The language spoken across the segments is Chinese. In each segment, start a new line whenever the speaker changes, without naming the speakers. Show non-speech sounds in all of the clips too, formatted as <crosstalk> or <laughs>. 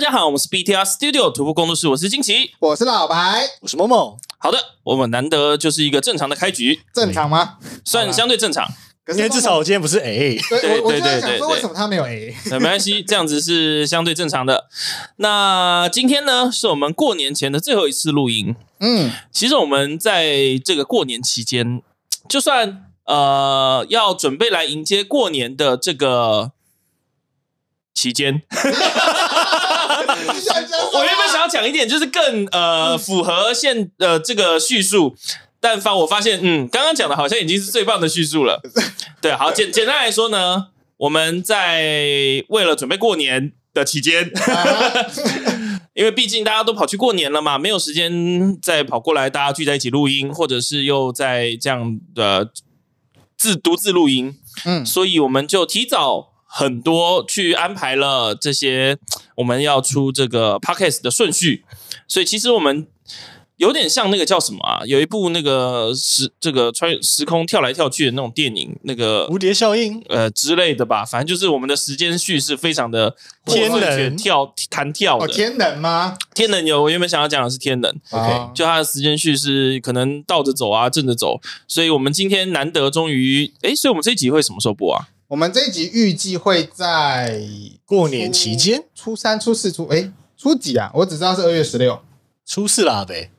家好，我们是 BTR Studio 徒步工作室，我是金奇。
我是老白，
我是某某，
好的，我们难得就是一个正常的开局，
正常吗？
算相对正常，
可
因为至少我今天不是哎 A，
对我我
对
就
对对
在想说，
对
为什么他没有 A？
那没关系，这样子是相对正常的。 <laughs> 那今天呢，是我们过年前的最后一次录音。
嗯，
其实我们在这个过年期间，就算呃要准备来迎接过年的这个期间，
你想讲什么
我原本想要讲一点，就是更呃符合现呃这个叙述。但凡我发现，嗯，刚刚讲的好像已经是最棒的叙述了。对，好简简单来说呢，我们在为了准备过年的期间，因为毕竟大家都跑去过年了嘛，没有时间再跑过来大家聚在一起录音，或者是又在这样的自独自录音，
嗯
所以我们就提早很多去安排了这些我们要出这个 podcast 的顺序，所以其实我们有点像那个叫什么啊？有一部那个时这个穿时空跳来跳去的那种电影，那个
蝴蝶效应，
呃之类的吧，反正就是我们的时间序是非常的
天能
跳弹跳
哦，
的。
天冷吗
天能有，我原本想要讲的是天能，
哦
就它的时间序是可能倒着走啊，正着走，所以我们今天难得终于，诶，所以我们这一集会什么时候播啊？
我们这一集预计会在
过年期间
初三、初四、初哎初几啊？我只知道是二月十六
出事啦呗，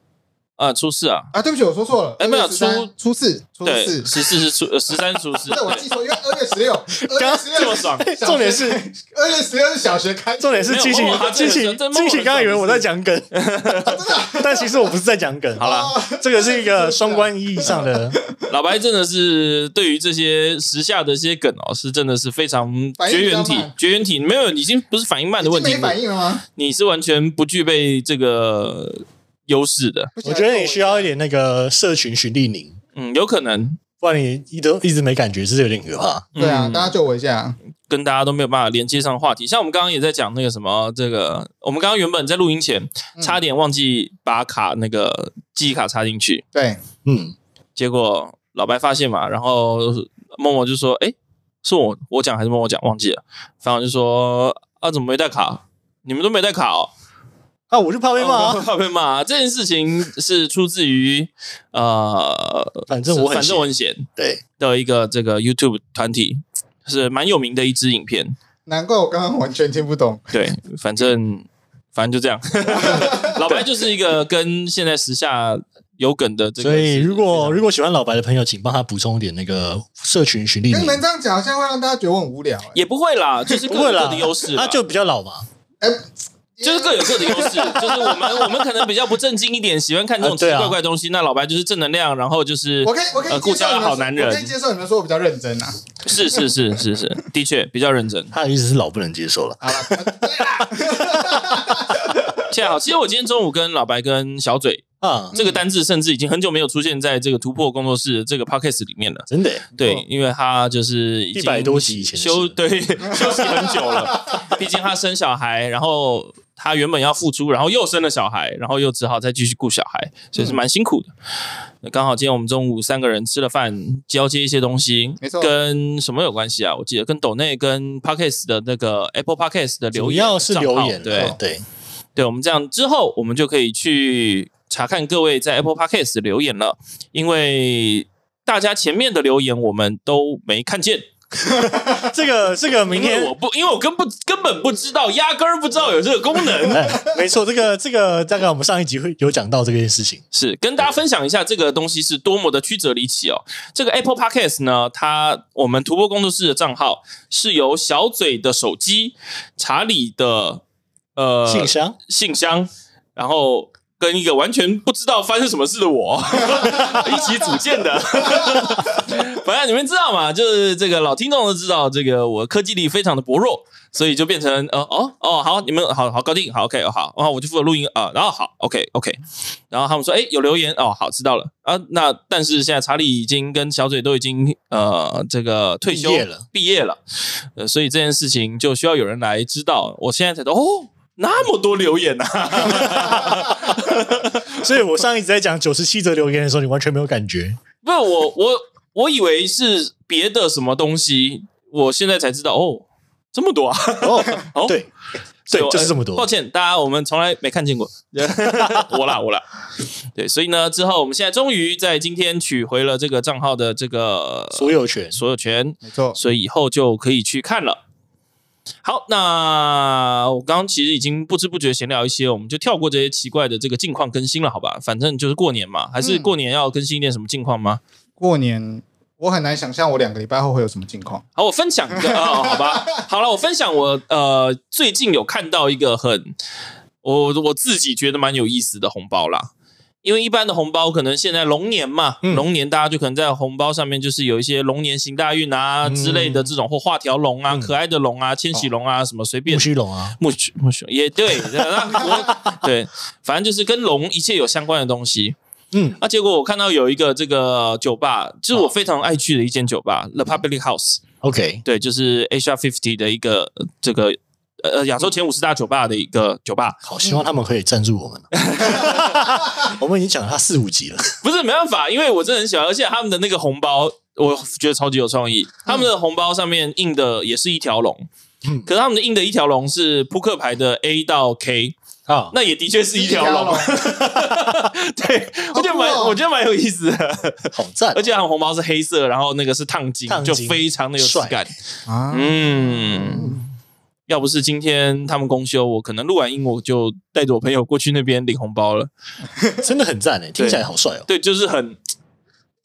啊，初四啊，
啊，对不起，我说错了。
哎没有
初初四、初
对，
四，
十四是初
<laughs>
呃十三初四，
对，我
对
记错，因为二月十六，二月十
这么
六
爽。
小学
重点是
二月十六是小学开，
重点是
没有
惊喜
某某他，这
惊
个
喜
人真，某某
惊喜，
人
刚刚以为
真的
我在讲梗，但其实我不是在讲梗。
好啦，
哦
这个是一个双关意义上的，
老白真的是对于这些时下的一些梗哦，是真的是非常
反应
绝
比较
缘体
慢，
绝缘体没有，已经不是反应慢的问
已
题
经没，反应了吗？
你是完全不具备这个优势的。
不行
我觉得你需要一点那个社群循例宁，
嗯，有可能，
不然你一都一直没感觉，是有点可怕。
嗯
对啊，大家救我一下。
跟大家都没有办法连接上话题。像我们刚刚也在讲那个什么，这个我们刚刚原本在录音前
嗯
差点忘记把卡那个记忆卡插进去，
对，
嗯，
结果老白发现嘛，然后默默就说：“哎，是我我讲还是默默讲？忘记了。”反正我就说：“啊，怎么没带卡？你们都没带卡哦。
啊，我就怕被骂
哦
啊，
怕 <laughs> 被骂。这件事情是出自于呃，
反正我很
反正
闲
我很闲
对，
的一个这个 YouTube 团体，是蛮有名的一支影片。
难怪我刚刚完全听不懂。
<laughs>
对，反正反正就这样。 <laughs> 老白就是一个跟现在时下有梗的这个
所
是非
以
常，
如果如果喜欢老白的朋友，请帮他补充一点那个社群循例
跟你，
宁
们这样讲，好像会让大家觉得我很无聊、欸。
也不会啦，就是
不
各
会
有各
啦
的优势啦，
他就比较老嘛，
就是各有各的优
<laughs>
势，就是我们我们可能比较不正经一点，喜欢看这种
啊
奇
对啊
怪怪的东西。那老白就是正能量，然后就是
我可以，我可以
呃顾
接
家
受你
的
们说
好男人
我可以接受你们说我比较认真啊。
是是是是是，的确比较认真。
他的意思是老不能接受了。
好了，对啦， <laughs>
恰好，其实我今天中午跟老白跟小嘴
啊，
这个单字，甚至已经很久没有出现在这个突破工作室的这个 podcast 里面了。
真的耶，
对，因为他就是已经
100多集以前的事
休对 <laughs> 休息很久 <laughs> 了，毕竟他生小孩，然后他原本要复出，然后又生了小孩，然后又只好再继续顾小孩，所以是蛮辛苦的。那嗯刚好今天我们中午三个人吃了饭，交接一些东西，
没错
跟什么有关系啊？我记得跟抖内跟 podcast 的那个 Apple podcast 的留
主
言
要是留言，
账号对
哦对，
对，我们这样之后，我们就可以去查看各位在 Apple Podcast 的留言了，因为大家前面的留言我们都没看见。
这个这个明
因为
天
我不，因为我根不根本不知道，压根儿不知道有这个功能。
<laughs> 哎，没错，这个这个大概我们上一集会有讲到这件事情，
是跟大家分享一下这个东西是多么的曲折离奇哦。这个 Apple Podcast 呢，它我们突破工作室的账号是由小嘴的手机、查理的呃
信箱
信箱，然后跟一个完全不知道发生什么事的
<laughs>
我一起组建的。 <laughs> 反正你们知道嘛，就是这个老听众都知道，这个我科技力非常的薄弱，所以就变成呃哦哦好，你们好好搞定，好 OK 哦好，然后我就负责录音啊、呃然后好 OK OK，然后他们说哎有留言哦好知道了啊，那但是现在查理已经跟小嘴都已经呃这个退休
毕业了，
毕业了，呃，所以这件事情就需要有人来知道。我现在才懂哦，那么多留言啊！
所以我上一集在讲九十七则留言的时候，你完全没有感觉。
不，我我我以为是别的什么东西，我现在才知道哦，这么多啊！
哦，
哦
对，对
我呃
就是这么多
抱歉，大家我们从来没看见过，我啦我啦。对，所以呢，之后我们现在终于在今天取回了这个账号的这个
所有权。
所有权，
没错，
所以以后就可以去看了。好，那我刚刚其实已经不知不觉闲聊一些，我们就跳过这些奇怪的这个近况更新了，好吧？反正就是过年嘛，还是
嗯
过年要更新一点什么近况吗？
过年我很难想象我两个礼拜后会有什么境况。
好，我分享
<laughs>
一个啊、好吧？好了，我分享我呃最近有看到一个很我我自己觉得蛮有意思的红包啦。因为一般的红包可能现在龙年嘛，
嗯
龙年大家就可能在红包上面就是有一些龙年行大运啊
嗯
之类的这种或画条龙啊、
嗯哦
可爱的龙啊、千禧龙啊、什么随便
木须龙啊，
木须木须也对，
<laughs>
那 <laughs> 我对，反正就是跟龙一切有相关的东西。
嗯，
啊，结果我看到有一个这个酒吧，就是我
哦
非常爱去的一间酒吧、t h e Public House。
OK，
对，就是 Asia Fifty 的一个呃这个呃亚洲前五十大酒吧的一个酒吧，
好，希望他们可以赞助我们。啊
<laughs>
我们已经讲了他四五集了，
不是没办法，因为我真的很喜欢，而且他们的那个红包，我觉得超级有创意。他们的红包上面印的也是一条龙，
嗯
可是他们的印的一条龙是扑克牌的 A 到 K，
啊，
那也的确是一条龙。对，我觉得蛮
好酷哦
我觉得蛮有意思的，
<laughs> 好赞
而，且他们红包是黑色，然后那个是烫金，
烫
就
金
非常的有质
帅
感。
<laughs> 啊，
嗯，要不是今天他们公休，我可能录完音我就带着我朋友过去那边领红包了。
真的很赞诶，听起来好帅哦，
<laughs> 对，就是很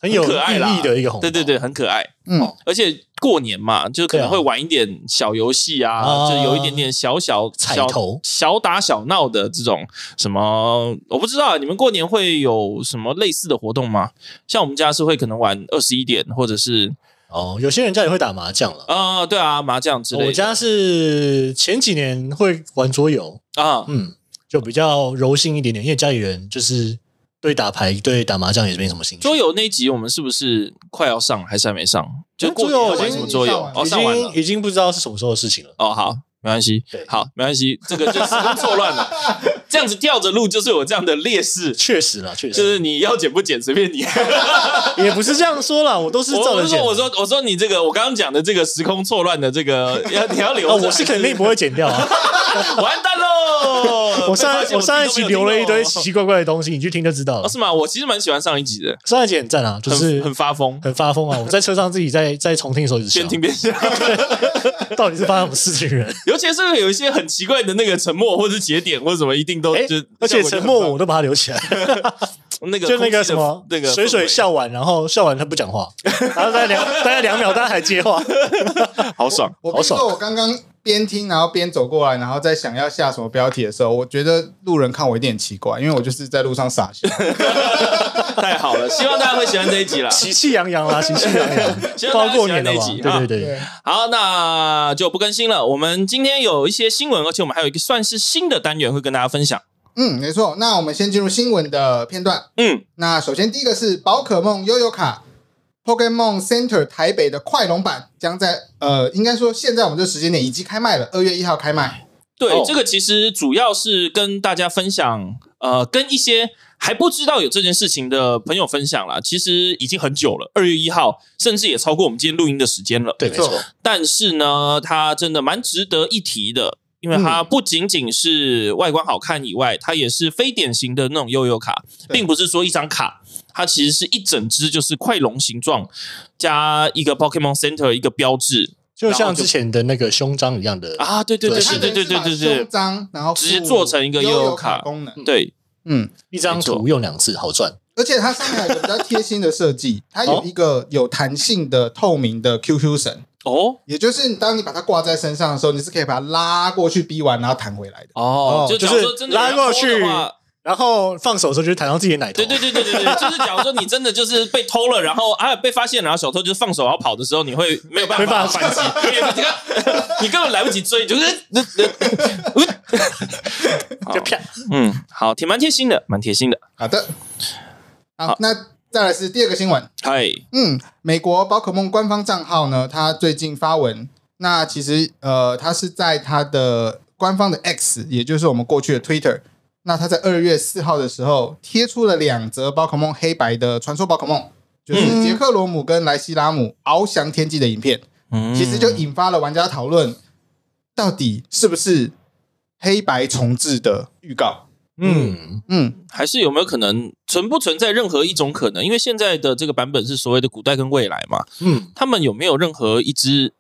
很有
可爱啦
意义的一个红包。
对对对，很可爱。
嗯，
而且过年嘛，就可能会
对啊
玩一点小游戏啊，
啊
就有一点点小小
彩
小
头
小打小闹的这种什么，我不知道你们过年会有什么类似的活动吗？像我们家是会可能玩二十一点，或者是
哦，有些人家也会打麻将了。
啊、对啊，麻将之类的。
哦我家是前几年会玩桌游，
啊，
嗯，就比较柔性一点点，因为家里人就是对打牌、对打麻将也没什么兴趣。
桌游那一集我们是不是快要上，还是还没上？就过年
哎桌游
要玩什么桌游？哦，
已
上完
经
了。
已经不知道是什么时候的事情了。
哦，好，没关系
对，
好，没关系，这个就时空错乱
<laughs>
了。这样子跳着录就是有这样的劣势，
确实啦，确实
就是你要剪不剪随便你。
也不是这样说啦，我都是
我
照
我
着
是
剪
说
的。
我说我说你这个我刚刚讲的这个时空错乱的这
<laughs>
个要你要留
啊，
着，
我是肯定不会剪掉啊。！
<laughs> 完蛋喽
<laughs> 我上
哦没关系
我上一
自己
集
都没有
留了一堆
听
奇
哦
奇怪怪的东西，你去听就知道
哦
了。
是吗？我其实蛮喜欢上一集的，
上一集很赞啊，就
很
是
很发疯，
很发疯啊！我在车上自己在在重听的时候一直
边
笑，
听边笑。
到底是发生什么事
<laughs>
情人？
尤其是有一些很奇怪的那个沉默或者节点或者什么，一定都
哎
就
而且沉默我都把它留起来，
那个
就
空气的
那个什么
那个
水水笑完，然后笑完他不讲话，
<laughs>
然后大概两大概两秒，大家还接话，
氛围好爽。
我
好
跟你
爽
说，我刚刚边听，然后边走过来，然后在想要下什么标题的时候，我觉得路人看我一定很奇怪，因为我就是在路上傻笑。
太好了，希望大家会喜欢这一集啦。
喜气洋
<laughs>
洋啦，喜气洋洋
希，望大
包
家
过年了
喜欢那
嘛
一集，啊
对对对，
对，
好，那就不更新了。我们今天有一些新闻，而且我们还有一个算是新的单元会跟大家分享。
嗯，没错。那我们先进入新闻的片段。
嗯，
那首先第一个是宝可梦悠悠卡。Pokemon Center 台北的快龙版将在呃，应该说现在我们这时间点已经开卖了，二月一号开卖。
对，
哦
这个其实主要是跟大家分享，呃，跟一些还不知道有这件事情的朋友分享啦。其实已经很久了，二月一号，甚至也超过我们今天录音的时间了。
对没错，
但是呢，它真的蛮值得一提的，因
嗯
为它不仅仅是外观好看以外，它也是非典型的那种悠悠卡，
对
并不是说一张卡，它其实是一整只，就是快龙形状加一个 Pokemon Center 一个标志
就像之前的那个胸章一样的，
啊，对对对
是
对对对对对对
章，然后附
直接做成一个悠
悠
悠
游
卡
卡功能。
对，
嗯，
一张
没
图
错
用两次，好赚。
而且它上面还有一个比较贴心的设计，
<laughs>
它有一个有弹性的透明的 QQ 绳，
哦
也就是当你把它挂在身上的时候，你是可以把它拉过去逼完，然后弹回来的。
哦
哦，
就假如说真的
就是拉过去
有人偷的话
然后放手的时候就弹到自己的奶头，
对对对对对对，就是假如说你真的就是被偷了，然后啊被发现，然后小偷就是放手要跑的时候，你会没有办
没
法
办法
反击，因为你根本你根本来不及追，就是
就啪。
嗯，好，挺蛮贴心的，蛮贴心的。
好的，好，
好
那再来是第二个新闻。
嗨，
嗯，美国宝可梦官方账号呢，它最近发文，那其实呃，它是在它的官方的 X，也就是我们过去的 Twitter。那它在二月四号的时候贴出了两则宝可梦黑白的传说宝可梦，就是杰克罗姆跟莱西拉姆翱翔天际的影片。
嗯
其实就引发了玩家讨论，到底是不是黑白重置的预告。
嗯，
嗯，
嗯，
还是有没有可能存不存在任何一种可能？因为现在的这个版本是所谓的古代跟未来嘛，
嗯，
他们有没有任何一支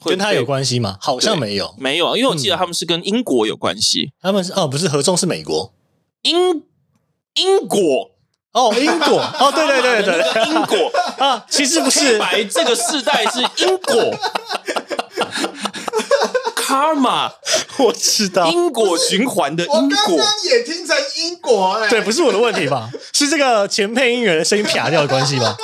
会
跟他
被
有？关系吗？好像
对
没有，
没有啊，因为我记得他们是跟英国有关系。
他们是哦，不是合众是美国
英英国，
哦，英国哦，对对对对对
英国，
啊，其实不
黑
是，
白这个世代是英国。Karma
我知道，
因果循环的
我
因
刚刚
果，
也听成英国哎、
对，不是我的问题吧？是这个前配音员的声音撇掉的关系吧？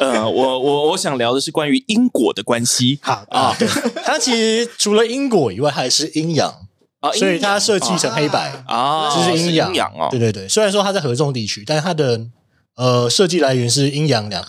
呃，我我我想聊的是关于因果的关系
好啊，对他其实除了因果以外，还是阴阳，
啊，
所以它设计
阴
成黑白。
阳啊，
这是
是
阴阳
阴阳哦
对，对对，虽然说它在合众地区，但是它的呃设计来源是阴阳两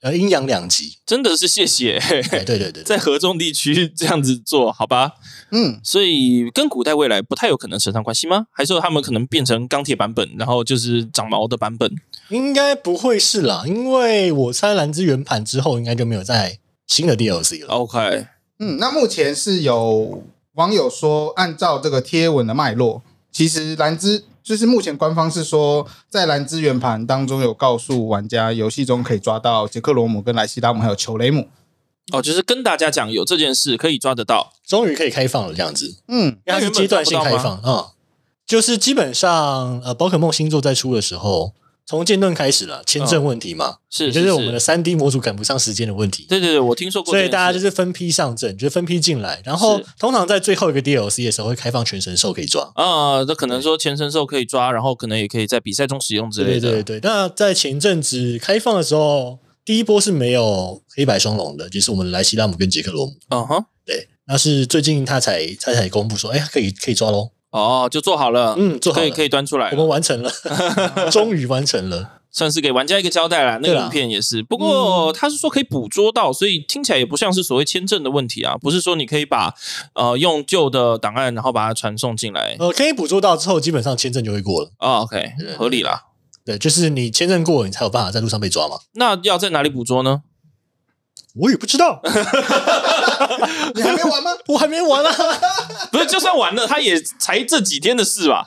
呃阴阳两极。
真的是谢谢， <laughs>
对对对对，
在河中地区这样子做好吧，
嗯，
所以跟古代未来不太有可能扯上关系吗？还是说他们可能变成钢铁版本，然后就是长毛的版本？
应该不会是啦，因为我猜蓝之圆盘之后应该就没有再新的 DLC 了。
OK，
嗯，那目前是有网友说，按照这个贴文的脉络，其实蓝之就是目前官方是说，在蓝之圆盘当中有告诉玩家，游戏中可以抓到杰克罗姆、跟莱西拉姆还有裘雷姆。
哦，就是跟大家讲有这件事可以抓得到，
终于可以开放了，这样子，
<laughs> 嗯
因为它是阶段性开放啊、嗯就是基本上呃，宝可梦星座在出的时候，从剑盾开始了，签证问题嘛，
嗯是
就是我们的
是
三 D 模组赶不上时间的问题。
对对对，我听说过
所
这件
以
事，
大家就是分批上阵，就是分批进来，然后
是
通常在最后一个 DLC 的时候会开放全神兽可以抓。
啊，这可能说前身兽可以抓，然后可能也可以在比赛中使用之类
对
的。
对对，那在前阵子开放的时候，第一波是没有黑白双龙的，就是我们莱西拉姆跟杰克罗姆。
嗯哼，
对，那是最近他才他才公布说，哎、可以可以抓喽，
哦，就做好了，
嗯，做好
可以
了，
可以端出来
我
了，
们完成
<laughs>
了，终于完成了。
算是给玩家一个交代啦。那
对
个
啦嗯
影片也是，不过他是说可以捕捉到，所以听起来也不像是所谓签证的问题啊，不是说你可以把呃用旧的档案然后把它传送进来。
呃，可以捕捉到之后，基本上签证就会过了。
哦，OK，
对对
合理啦。
对，就是你签证过了，你才有办法在路上被抓嘛。
那要在哪里捕捉
<laughs>
呢？
我也不知道，
你还没玩吗？
我还没玩啊。
不是，就算完了，他也才这几天的事吧？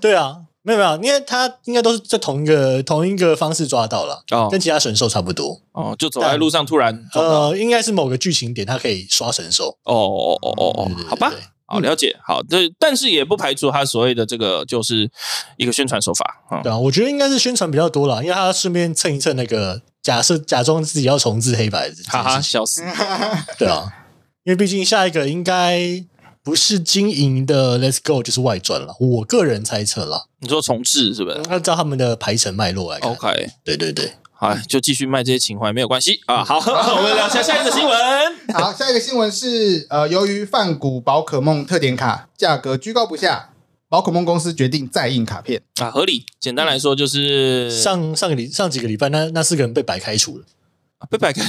对啊，没有没有，因为他应该都是在同一个同一个方式抓到了， <laughs>
哦
跟其他神兽差不多。
哦，就走在路上突然撞到，
呃，应该是某个剧情点，它可以刷神兽。
哦哦哦哦
对对
哦，
对
好吧
对。
好，了解。好，这但是也不排除他所谓的这个就是一个宣传手法啊。嗯
对啊，我觉得应该是宣传比较多啦，因为他顺便蹭一蹭那个假设假装自己要重置黑白的这件事情，
哈哈，笑死！
对啊，因为毕竟下一个应该不是经营的 Let's Go 就是外传了，我个人猜测啦，
你说重置是不是
按照他们的排程脉络来看
？OK，
对对对，
好，就继续卖这些情怀没有关系
嗯
啊。好， <laughs> 我们聊一下下一个新闻。
好，下一个新闻是，呃，由于泛谷宝可梦特点卡价格居高不下，宝可梦公司决定再印卡片。
啊，合理。简单来说就是
嗯上上个礼上几个礼拜那那四个人被白开除了，
被摆开，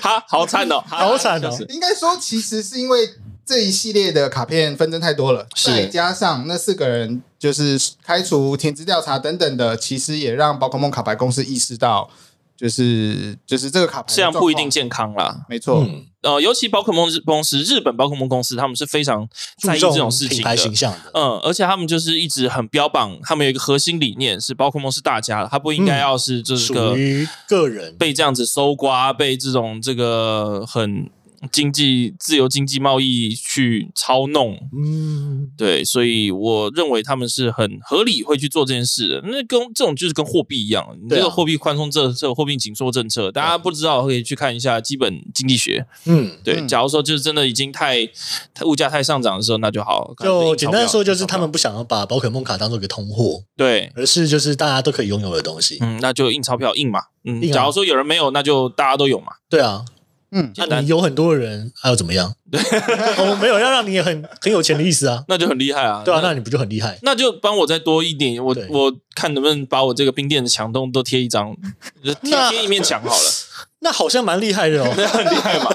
哈， <laughs> 好惨哦，哈
<laughs> 好惨
笑
哦
死
应该说，其实是因为这一系列的卡片纷争太多了，
是
再加上那四个人就是开除、停职调查等等的，其实也让宝可梦卡牌公司意识到，就是就是这个卡牌的
这样不一定
状况。
健康啦。
没错，
嗯，
呃，尤其宝可梦公司，日本宝可梦公司，他们是非常在意
注
这
重
种事情
品
的
牌。形象的，
嗯，而且他们就是一直很标榜，他们有一个核心理念是宝可梦是大家的，它不应该要是这个
嗯属于个人，
被这样子搜刮，被这种这个很经济自由经济贸易去操弄。
嗯，
对，所以我认为他们是很合理会去做这件事的。那跟这种就是跟货币一样，你这
对
个
啊
货币宽松政策、货币紧缩政策，大家不知道可以去看一下基本经济学。
嗯。
对，
嗯
假如说就是真的已经太太物价太上涨的时候，那就好。可能
就
印钞
简单
票
说，就是
印钞
他
票
们不想要把宝可梦卡当做一个通货，
对，
而是就是大家都可以拥有的东西。
嗯，那就印钞票印嘛。嗯，
印啊
假如说有人没有，那就大家都有嘛。
对啊，
嗯，
简
那、
单
你有很多人，还、要怎么样？我、没有要让你很很有钱的意思
<laughs>
啊。
那就很厉害啊。
对啊，那你不就很厉害？
那就帮我再多一点，我
对
我看能不能把我这个冰店的墙洞都贴一张，就贴
那
贴一面墙好了，
那好像蛮厉害的
<laughs>
哦。
很厉害嘛。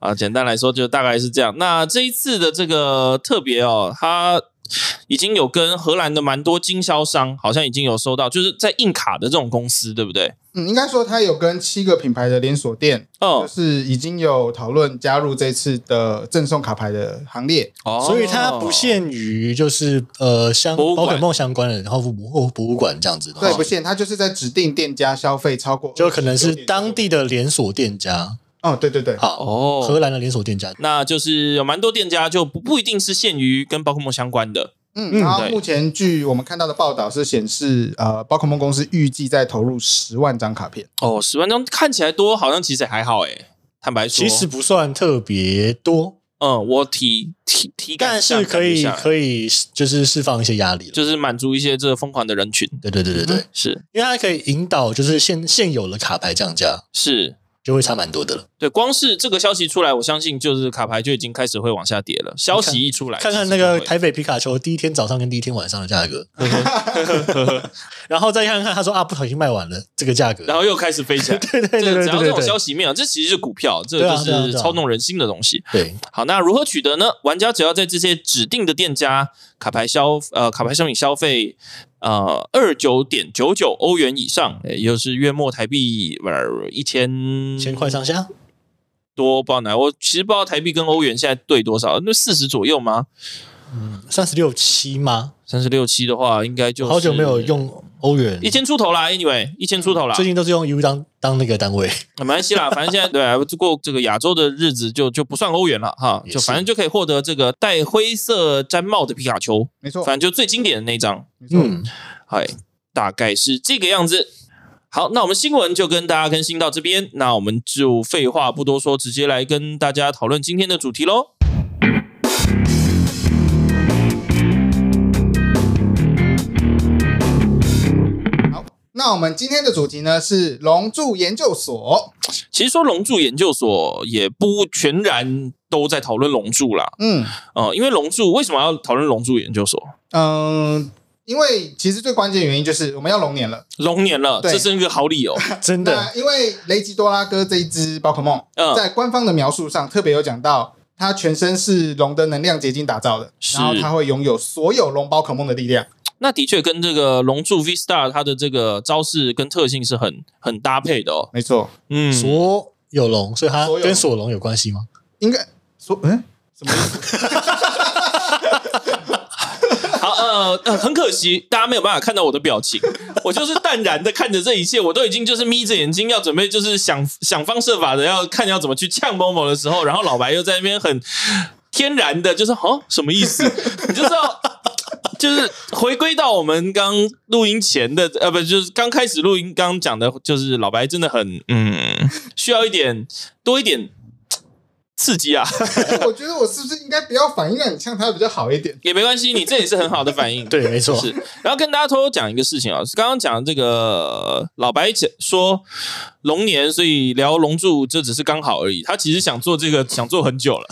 啊，简单来说就大概是这样。那这一次的这个特别哦，它已经有跟荷兰的蛮多经销商，好像已经有收到，就是在印卡的这种公司，对不对？
嗯，应该说它有跟七个品牌的连锁店，就
嗯，
是已经有讨论加入这次的赠送卡牌的行列。
哦
<laughs> 所以它不限于就是呃相
博物馆
宝可梦相关的，然后博博物馆这样子的话，
哦
对，不限，它就是在指定店家消费超过，
就可能是当地的连锁店家，
哦，对对对，
好，啊荷
哦，
兰的连锁店家，
那就是有蛮多店家就不不一定是限于跟宝可梦相关的。
嗯，然后
对
目前据我们看到的报道是显示，呃，宝可梦公司预计在投入十万张卡片。
哦，十万张看起来多，好像其实也还好诶。坦白说，
其实不算特别多，
嗯，我体体体感
但
上
是可
感
以
觉下来
可以就是释放一些压力了。
就是满足一些这疯狂的人群，
对对对对对，
是
因为它可以引导就是现现有的卡牌降价，
是。
就会差蛮多的了。
对，光是这个消息出来，我相信就是卡牌就已经开始会往下跌了。消息一出来，
看看
哎其
那
实就
个
会
台北皮卡丘第一天早上跟第一天晚上的价
<laughs>
格，然后再看看他说啊不小心卖完了这个价格，
然后又开始飞起来。
<laughs> 对对对
这
对
个只要这
对
种消
对
息面啊，这其实是股票，这
对
就
啊对啊
是
对啊
操弄人心的东西。
对，
好，那如何取得呢？玩家只要在这些指定的店家卡牌消呃卡牌商品消费呃二九点九九欧元以上，呃也就是月末台币呃一千
千块上下，
多，不知道哪，我其实不知道台币跟欧元现在对多少，那四十左右吗？
三十六七吗？
三十六七的话，应该就是
好久没有用欧元，
一千出头啦，anyway 一千出头啦，
最近都是用 U 当当那个单位，
没关系啦，反正现在对啊，过这个亚洲的日子就就不算欧元了哈，
也
就是反正就可以获得这个带灰色毡帽的皮卡丘，
没错，
反正就最经典的那一张，
没错。
嗯，
哎，大概是这个样子。好，那我们新闻就跟大家更新到这边，那我们就废话不多说，直接来跟大家讨论今天的主题喽。
那我们今天的主题呢是龙柱研究所。
其实说龙柱研究所也不全然都在讨论龙柱啦，
嗯
呃，因为龙柱为什么要讨论龙柱研究所？
嗯、因为其实最关键的原因就是我们要龙年了。
龙年了，
对
这是一个好理由。
真的
那因为雷吉多拉哥这一只宝可梦，
嗯
在官方的描述上特别有讲到，它全身是龙的能量结晶打造的，
是
然后它会拥有所有龙宝可梦的力量。
那的确跟这个龙柱 V Star 它的这个招式跟特性是很很搭配的哦。
没错，
嗯，
所有龙，所以它
所有龙
跟索隆有关系吗？
应该说，嗯，什么意思？
好，呃，呃很可惜大家没有办法看到我的表情， <laughs> 我就是淡然的看着这一切，我都已经就是眯着眼睛要准备，就是想想方设法的要看要怎么去呛某某的时候，然后老白又在那边很天然的，就是哦什么意思？ <laughs> 你就知道。就是回归到我们刚录音前的，呃，不，就是刚开始录音刚讲的，就是老白真的很，嗯，需要一点多一点刺激啊，
我觉得我是不是应该不要反应让你像它比较好一点？
也没关系，你这也是很好的反应，
对，没错，
是，然后跟大家偷偷讲一个事情啊，刚刚讲这个老白讲说龙年，所以聊龙柱这只是刚好而已。他其实想做这个，想做很
<laughs>
久了。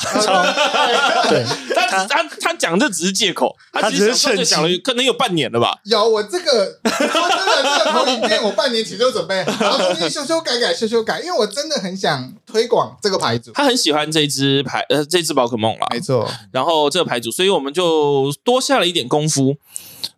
对，
他他他讲这只是借口，他
他
其实
只是
想做就
趁机
想了，可能有半年了吧。
有我这个，我真的这个投影片，我半年前就准备好，然后中间修修改改修修改，因为我真的很想推广这个牌组。
他很喜欢这只牌，呃，这只宝可梦啦。
错，
然后这个牌组，所以我们就多下了一点功夫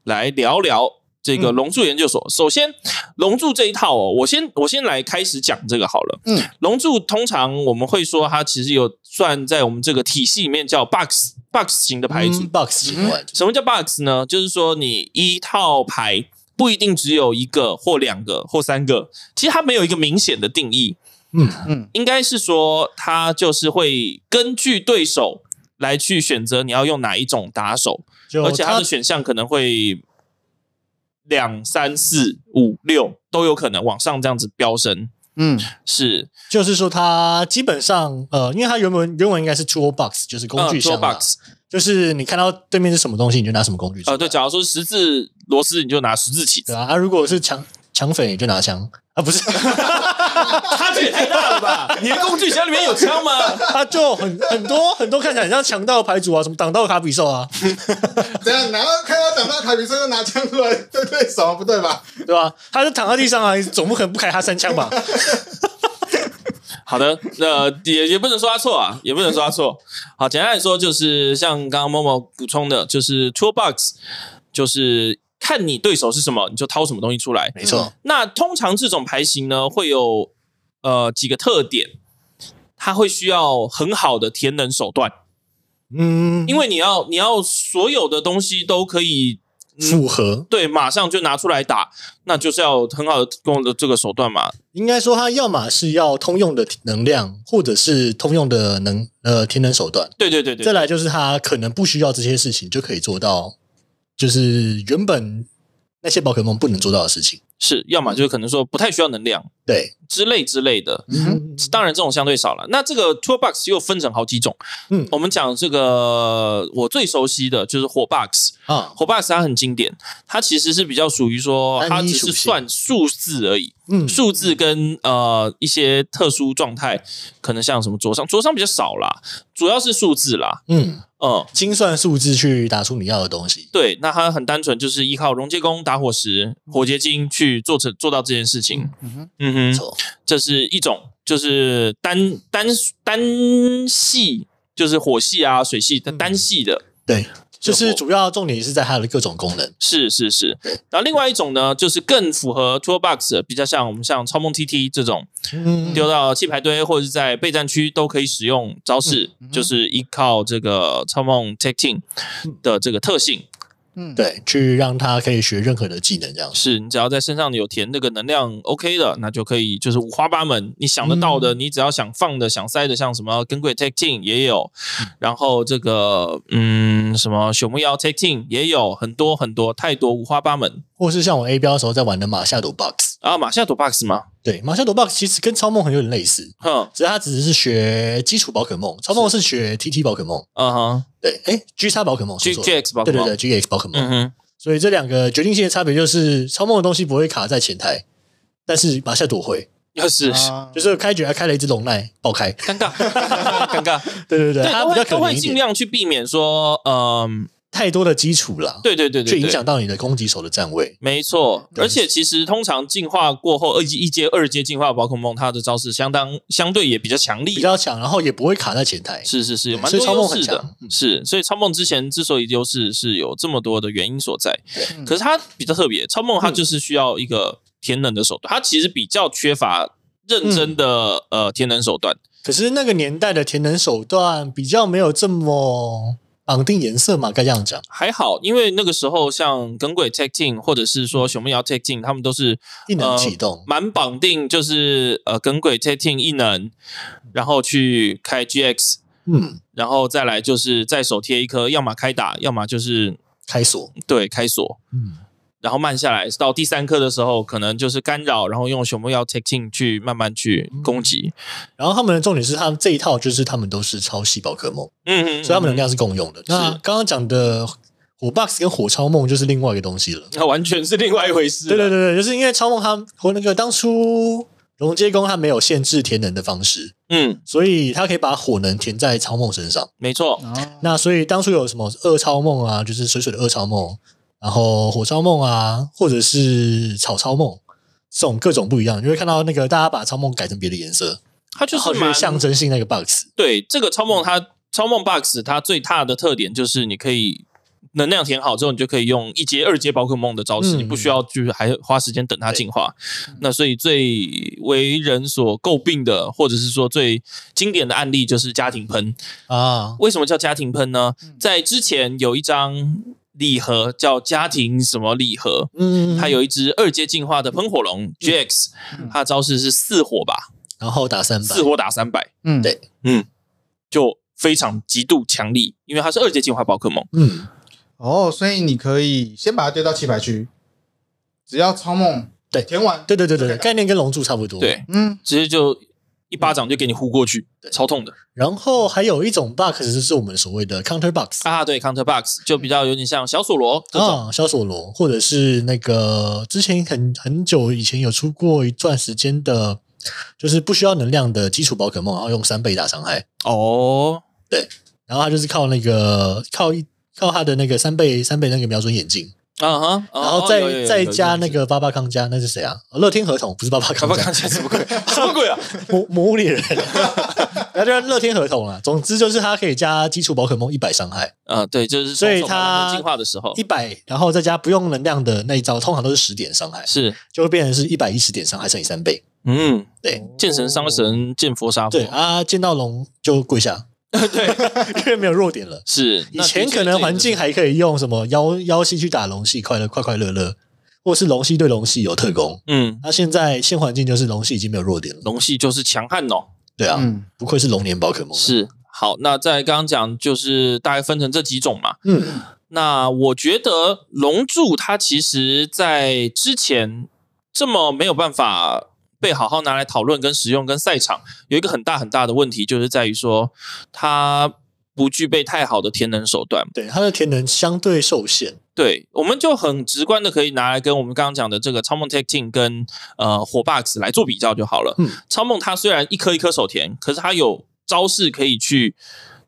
来聊聊这个龙柱研究所。首先，龙柱这一套哦，我先我先来开始讲这个好了。
嗯，
龙柱通常我们会说它其实有算在我们这个体系里面叫 box box 型的牌组。
嗯 box 几万，
什么叫 box 呢？就是说你一套牌不一定只有一个或两个或三个，其实它没有一个明显的定义。
嗯
嗯，
应该是说它就是会根据对手来去选择你要用哪一种打手，
就
而且它
它
的选项可能会两三四五六都有可能往上这样子飙升。
嗯，
是
就是说它基本上呃，因为它原文原文应该是 tool box，就是工具箱
啊
嘛、
，toolbox
就是你看到对面是什么东西，你就拿什么工具出来
呃，对，假如说十字螺丝，你就拿十字起子
对，啊，啊，如果是抢抢匪，你就拿枪啊，不是， <laughs>
差距也太大了
<laughs>
吧？你的工具箱里面有枪吗？
他就很很多很多看起来很像强盗牌组啊，什么挡到卡比兽啊，
怎样？啊然后看到长大卡比生就拿枪出来对对手，不对吧？
对吧、他就躺在地上啊，你总不可能不开他三枪吧？
好的，那也也不能说他错啊，也不能说他错。好，简单来说，就是像刚刚默默补充的，就是 Toolbox，就是看你对手是什么，你就掏什么东西出来。
没错，
那通常这种牌型呢，会有呃几个特点，它会需要很好的填能手段，
嗯，
因为你要你要所有的东西都可以
符合
对马上就拿出来打，那就是要很好的用的这个手段嘛。
应该说它要么是要通用的能量，或者是通用的能呃天能手段。
对对对
再
对，
来就是它可能不需要这些事情就可以做到，就是原本那些宝可梦不能做到的事情。
是要么就是可能说不太需要能量
对，
之类之类的。
嗯
当然，这种相对少了。那这个 toolbox 又分成好几种，
嗯
我们讲这个我最熟悉的就是火 box，
啊，
火 box 它很经典，它其实是比较属于说它
单一
只
属
是
性
算数字而已，
嗯，
数字跟呃一些特殊状态，可能像什么灼伤，灼伤比较少啦，主要是数字啦，
嗯，
嗯。
精算数字去打出你要的东西。
对，那它很单纯，就是依靠溶解工、打火石、
嗯
火结晶去做成做到这件事情。
嗯哼，
嗯哼
没，错，
这是一种，就是单单单系，就是火系啊、水系的单系的，
对，就是主要重点是在它的各种功能。
是是是。然后另外一种呢，就是更符合 Toolbox，的比较像我们像超梦 TT 这种，
嗯，
丢到弃牌堆或者是在备战区都可以使用招式，就是依靠这个超梦 Tag Team 的这个特性，
嗯，
对，去让它可以学任何的技能，这样子。
是你只要在身上有填那个能量 OK 的，那就可以就是五花八门，你想得到
嗯
的，你只要想放的、想塞的，像什么跟鬼 Take Team 也有，
嗯
然后这个嗯什么朽木妖 Take Team 也有很多很多，太多五花八门。
或是像我 A 标的时候在玩的马夏朵 box，
啊，马夏朵 box 吗？
对，马夏朵 box 其实跟超梦很有点类似，
哼，
只是它只是学基础宝可梦，超梦是学 TT 宝可梦，
嗯哼
对，哎，G 叉宝可梦
，G
说错了
G X 吧，
对对对，GX 宝可梦。
嗯哼，
所以这两个决定性的差别就是，超梦的东西不会卡在前台，但是马夏朵会，
要是
啊
就是开局还开了一只龙奈爆开，
尴
<laughs>
尬，尴尬，
对对对，
对，
它
都
比较
会
可
都
能
会
一
尽
点，
量去避免说，嗯，
太多的基础啦，
对对对对，
去影
对
响到你的攻击手的站位。
没错，
对
而且其实通常进化过后，二阶、一阶、二阶进化的宝可梦，它的招式相当相对也比较强力
比。较强，然后也不会卡在前台。
是是是，有蛮
所
多
以超
优
梦很
势的
强，嗯
是，所以超梦之前之所以优势是有这么多的原因所在
对，嗯
可是它比较特别，超梦它就是需要一个天能的手段，它其实比较缺乏认
嗯
真的呃天能手段，
可是那个年代的填能手段比较没有这么绑定颜色嘛，该这样讲。
还好，因为那个时候像耿鬼 Tag Team 或者是说
嗯
熊猫瑶 Tag Team，他们都是
异能启动
呃满绑定就是呃耿鬼 Tag Team 异能，然后去开 GX，
嗯，
然后再来就是再手贴一颗，要么开打，要么就是
开锁，
对开锁，
嗯，
然后慢下来到第三颗的时候，可能就是干扰，然后用熊猫瑶 Tag Team 去慢慢去攻击，
然后他们的重点是，他们这一套就是他们都是超细宝可梦，
嗯哼，
所以他们能量是共用的。那刚刚讲的火 box 跟火超梦就是另外一个东西了。
那完全是另外一回事，
对对，对对，就是因为超梦它和那个当初龙阶宫它没有限制填能的方式，
嗯，
所以它可以把火能填在超梦身上。
没错，
哦
那所以当初有什么恶超梦啊，就是水水的恶超梦，然后火超梦啊，或者是草超梦，这种各种不一样，你会看到那个大家把超梦改成别的颜色，
它就
然后
是蛮
去象征性那个 box。
对这个超梦它，超梦 box 它最大的特点就是你可以能量填好之后，你就可以用一阶、二阶宝可梦的招式，
嗯
你不需要就是还花时间等它进化。那所以最为人所诟病的，或者是说最经典的案例就是家庭喷。
啊，
为什么叫家庭喷呢？
嗯
在之前有一张礼盒叫家庭什么礼盒。
嗯，
它，有一只二阶进化的喷火龙 GX，、
嗯
它的招式是四火吧，
然后打三百
四，火打三百，
嗯
对
就非常极度强力，因为它是二阶进化宝可梦。
嗯，
哦，所以你可以先把它丢到弃牌区，只要超梦
对
填完，
对对对对，
对
概念跟龙柱差不多。，
对，
嗯
直接就一巴掌就给你呼过去，超痛的
然后还有一种 box 就是我们所谓的 counter box
啊！对，counter box 就比较有点像小索罗这种，
啊，小索罗，或者是那个之前很很久以前有出过一段时间的，就是不需要能量的基础宝可梦，然后用三倍打伤害，
哦，
然后他就是靠那个靠一靠他的那个三倍三倍那个瞄准眼镜，
啊哈，然
然后再、再加那个巴巴康加，那是谁啊？乐天合同不是巴
<laughs>
巴
卡
康
巴
加
看，起来什么鬼？ <laughs> 什么鬼啊？
魔魔物猎人， <laughs> 然后就是乐天合同啦。总之就是它可以加基础宝可梦一百伤害，
啊，对，就是
所以
从宝可
它
梦进化的时候
一百，然后再加不用能量的那一招，通常都是十点伤害，
是
就会变成是一百一十点伤害乘以三倍。
嗯，
对
见神伤神，见佛杀佛
哦对，啊，见到龙就跪下，
<laughs>
<laughs> 对，因为没有弱点了。
是
以前可能环境还可以用什么妖妖系去打龙系，快乐快快乐乐，或是龙系对龙系有特攻。
嗯，
那、现在现环境就是龙系已经没有弱点了，
龙系就是强悍哦，
对啊，
嗯，
不愧是龙年宝可梦。啊
是好。那在刚刚讲就是大概分成这几种嘛，
嗯，
那我觉得龙柱它其实在之前这么没有办法被好好拿来讨论跟使用跟赛场，有一个很大很大的问题，就是在于说它不具备太好的天能手段。
对，它的天能相对受限。
对，我们就很直观的可以拿来跟我们刚刚讲的这个超梦 Tech Team 跟呃火 Box 来做比较就好了。
嗯
超梦它虽然一颗一颗手填，可是它有招式可以去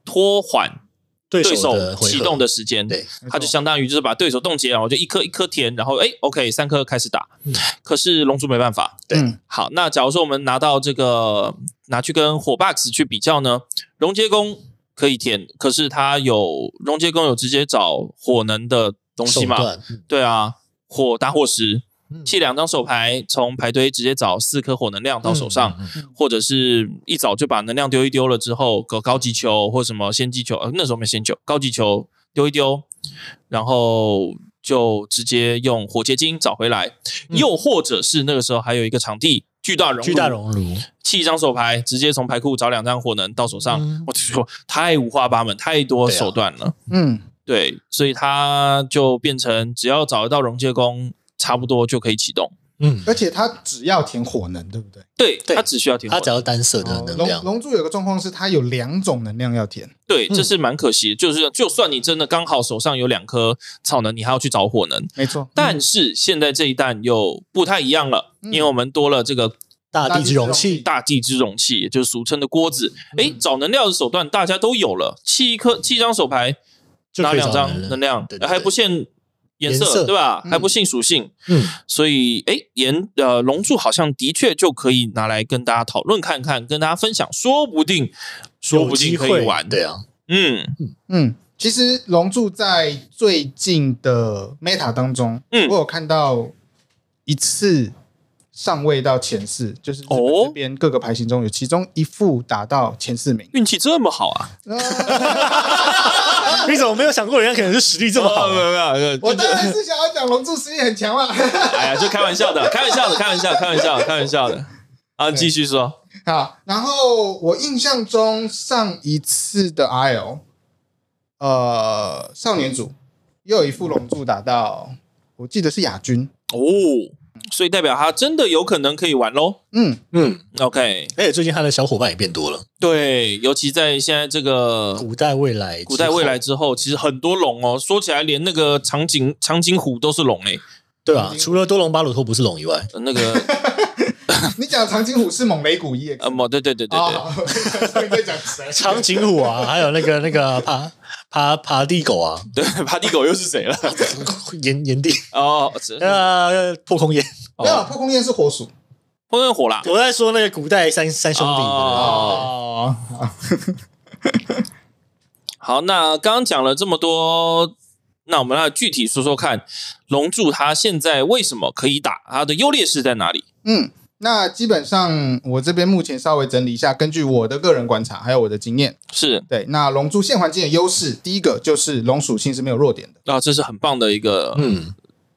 拖缓
对
对手
的回合
启动的时间。
对，
它就相当于就是把对手冻结，然后就一颗一颗填，然后哎，OK，三颗开始打。
嗯
可是龙珠没办法。
对
嗯
好，那假如说我们拿到这个拿去跟火 box 去比较呢，熔接工可以填，可是它有熔接工有直接找火能的东西
手
嘛？
段，嗯
对啊，火打火石
嗯，
弃两张手牌，从牌堆直接找四颗火能量到手上，，
嗯嗯
或者是一早就把能量丢一丢了之后，搞高级球或什么先机球，呃，那时候没先球，高级球丢一丢，然后就直接用火结晶找回来，
嗯
又或者是那个时候还有一个场地巨大熔
巨大
炉
熔炉，
弃一张手牌，直接从牌库找两张火能到手上，
嗯
我就说太五花八门，太多
对啊
手段了。
嗯，
对，所以它就变成只要找得到溶解工，差不多就可以启动。
嗯，
而且它只要填火能，对不对？哦
对，
对
它只需要停火
它。只要单色的能
龙
量，
龙柱有个状况是，它有两种能量要填，
对，
嗯
这是蛮可惜的，就是就算你真的刚好手上有两颗草能，你还要去找火能。
没错。
嗯
但是现在这一弹又不太一样了，
嗯
因为我们多了这个
大地之容器，
大地之容器，也就是俗称的锅子。
嗯
诶，找能量的手段大家都有了，弃一颗弃一张手牌，
就
拿
可以
两
找
张能
能量。
量
对，对
还
对
不限颜
颜色
对吧？
嗯
还不限属性，
嗯，
所以，哎，岩呃龙柱好像的确就可以拿来跟大家讨论看看，跟大家分享，说不定，说不
有
定
机
可以
会
玩。
对啊，
嗯
嗯，其实龙柱在最近的 Meta 当中，
嗯
我有看到一次上位到前四，就是日本
哦。
这边各个牌型中有其中一副打到前四
<laughs>
名哦
运气这么好啊！
你怎么没有想过人家可能是实力这么好啊
<laughs> 没？有没有，没有
我当然是想要讲龙柱实力很强啊。
哎呀，就开玩笑的，开玩笑的，开玩笑，开玩笑，开玩笑的。啊，继续说。
好，然后我印象中上一次的 IL，呃，少年组又有一副龙柱打到，我记得是亚军。
哦，所以代表他真的有可能可以玩喽。
嗯，
嗯，
OK，
而且最近他的小伙伴也变多了，
对，尤其在现在这个。
古代未来，
古代未来，之后，其实很多龙哦。说起来，连那个长颈长颈虎都是龙哎、
对啊，除了多隆巴鲁托不是龙以
<laughs>
外，
呃那个
<laughs> 你讲长颈虎是猛雷古一耶，
呃，某对对对对对，
<laughs> 哦， <laughs> 所以你在讲谁？
长颈虎啊，还有那个那个爬爬爬地狗啊， <laughs>
对， <laughs> 爬地狗又是谁了？
炎
<laughs>
炎帝
哦，只
呃破空炎。
没有，
哦，
破空焰是火鼠。
碰见火啦。
我在说那个古代三三兄弟，
哦
哦，
好，那刚刚讲了这么多，那我们来具体说说看，龙柱它现在为什么可以打？它的优劣势在哪里？
嗯，那基本上我这边目前稍微整理一下，根据我的个人观察还有我的经验，
是
对，那龙珠现环境的优势，第一个就是龙属性是没有弱点的。
啊，这是很棒的一个
嗯，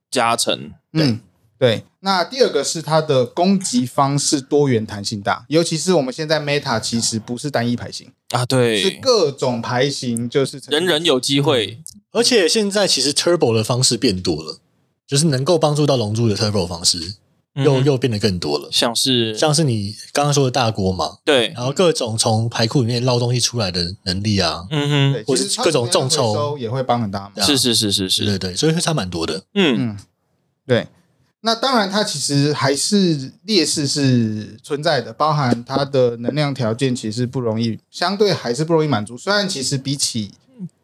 加成。
嗯，对。那第二个是它的攻击方式多元弹性大，尤其是我们现在 Meta 其实不是单一牌型，
啊，
是
对，
各种牌型，就是
人人有机会，
而且现在其实 Turbo 的方式变多了，就是能够帮助到龙珠的 Turbo 方式又
嗯
又变得更多了，
像是
像是你刚刚说的大锅嘛，
对，
然后各种从牌库里面捞东西出来的能力啊，
嗯
对，
哼，
或
其
是
实它
各种
能
众
量回
筹
收也会帮很大忙。
对啊
是是是是
对
是，
对对，所以会差蛮多的。
嗯，
嗯，对。那当然，它其实还是劣势是存在的，包含它的能量条件其实不容易，相对还是不容易满足。虽然其实比起、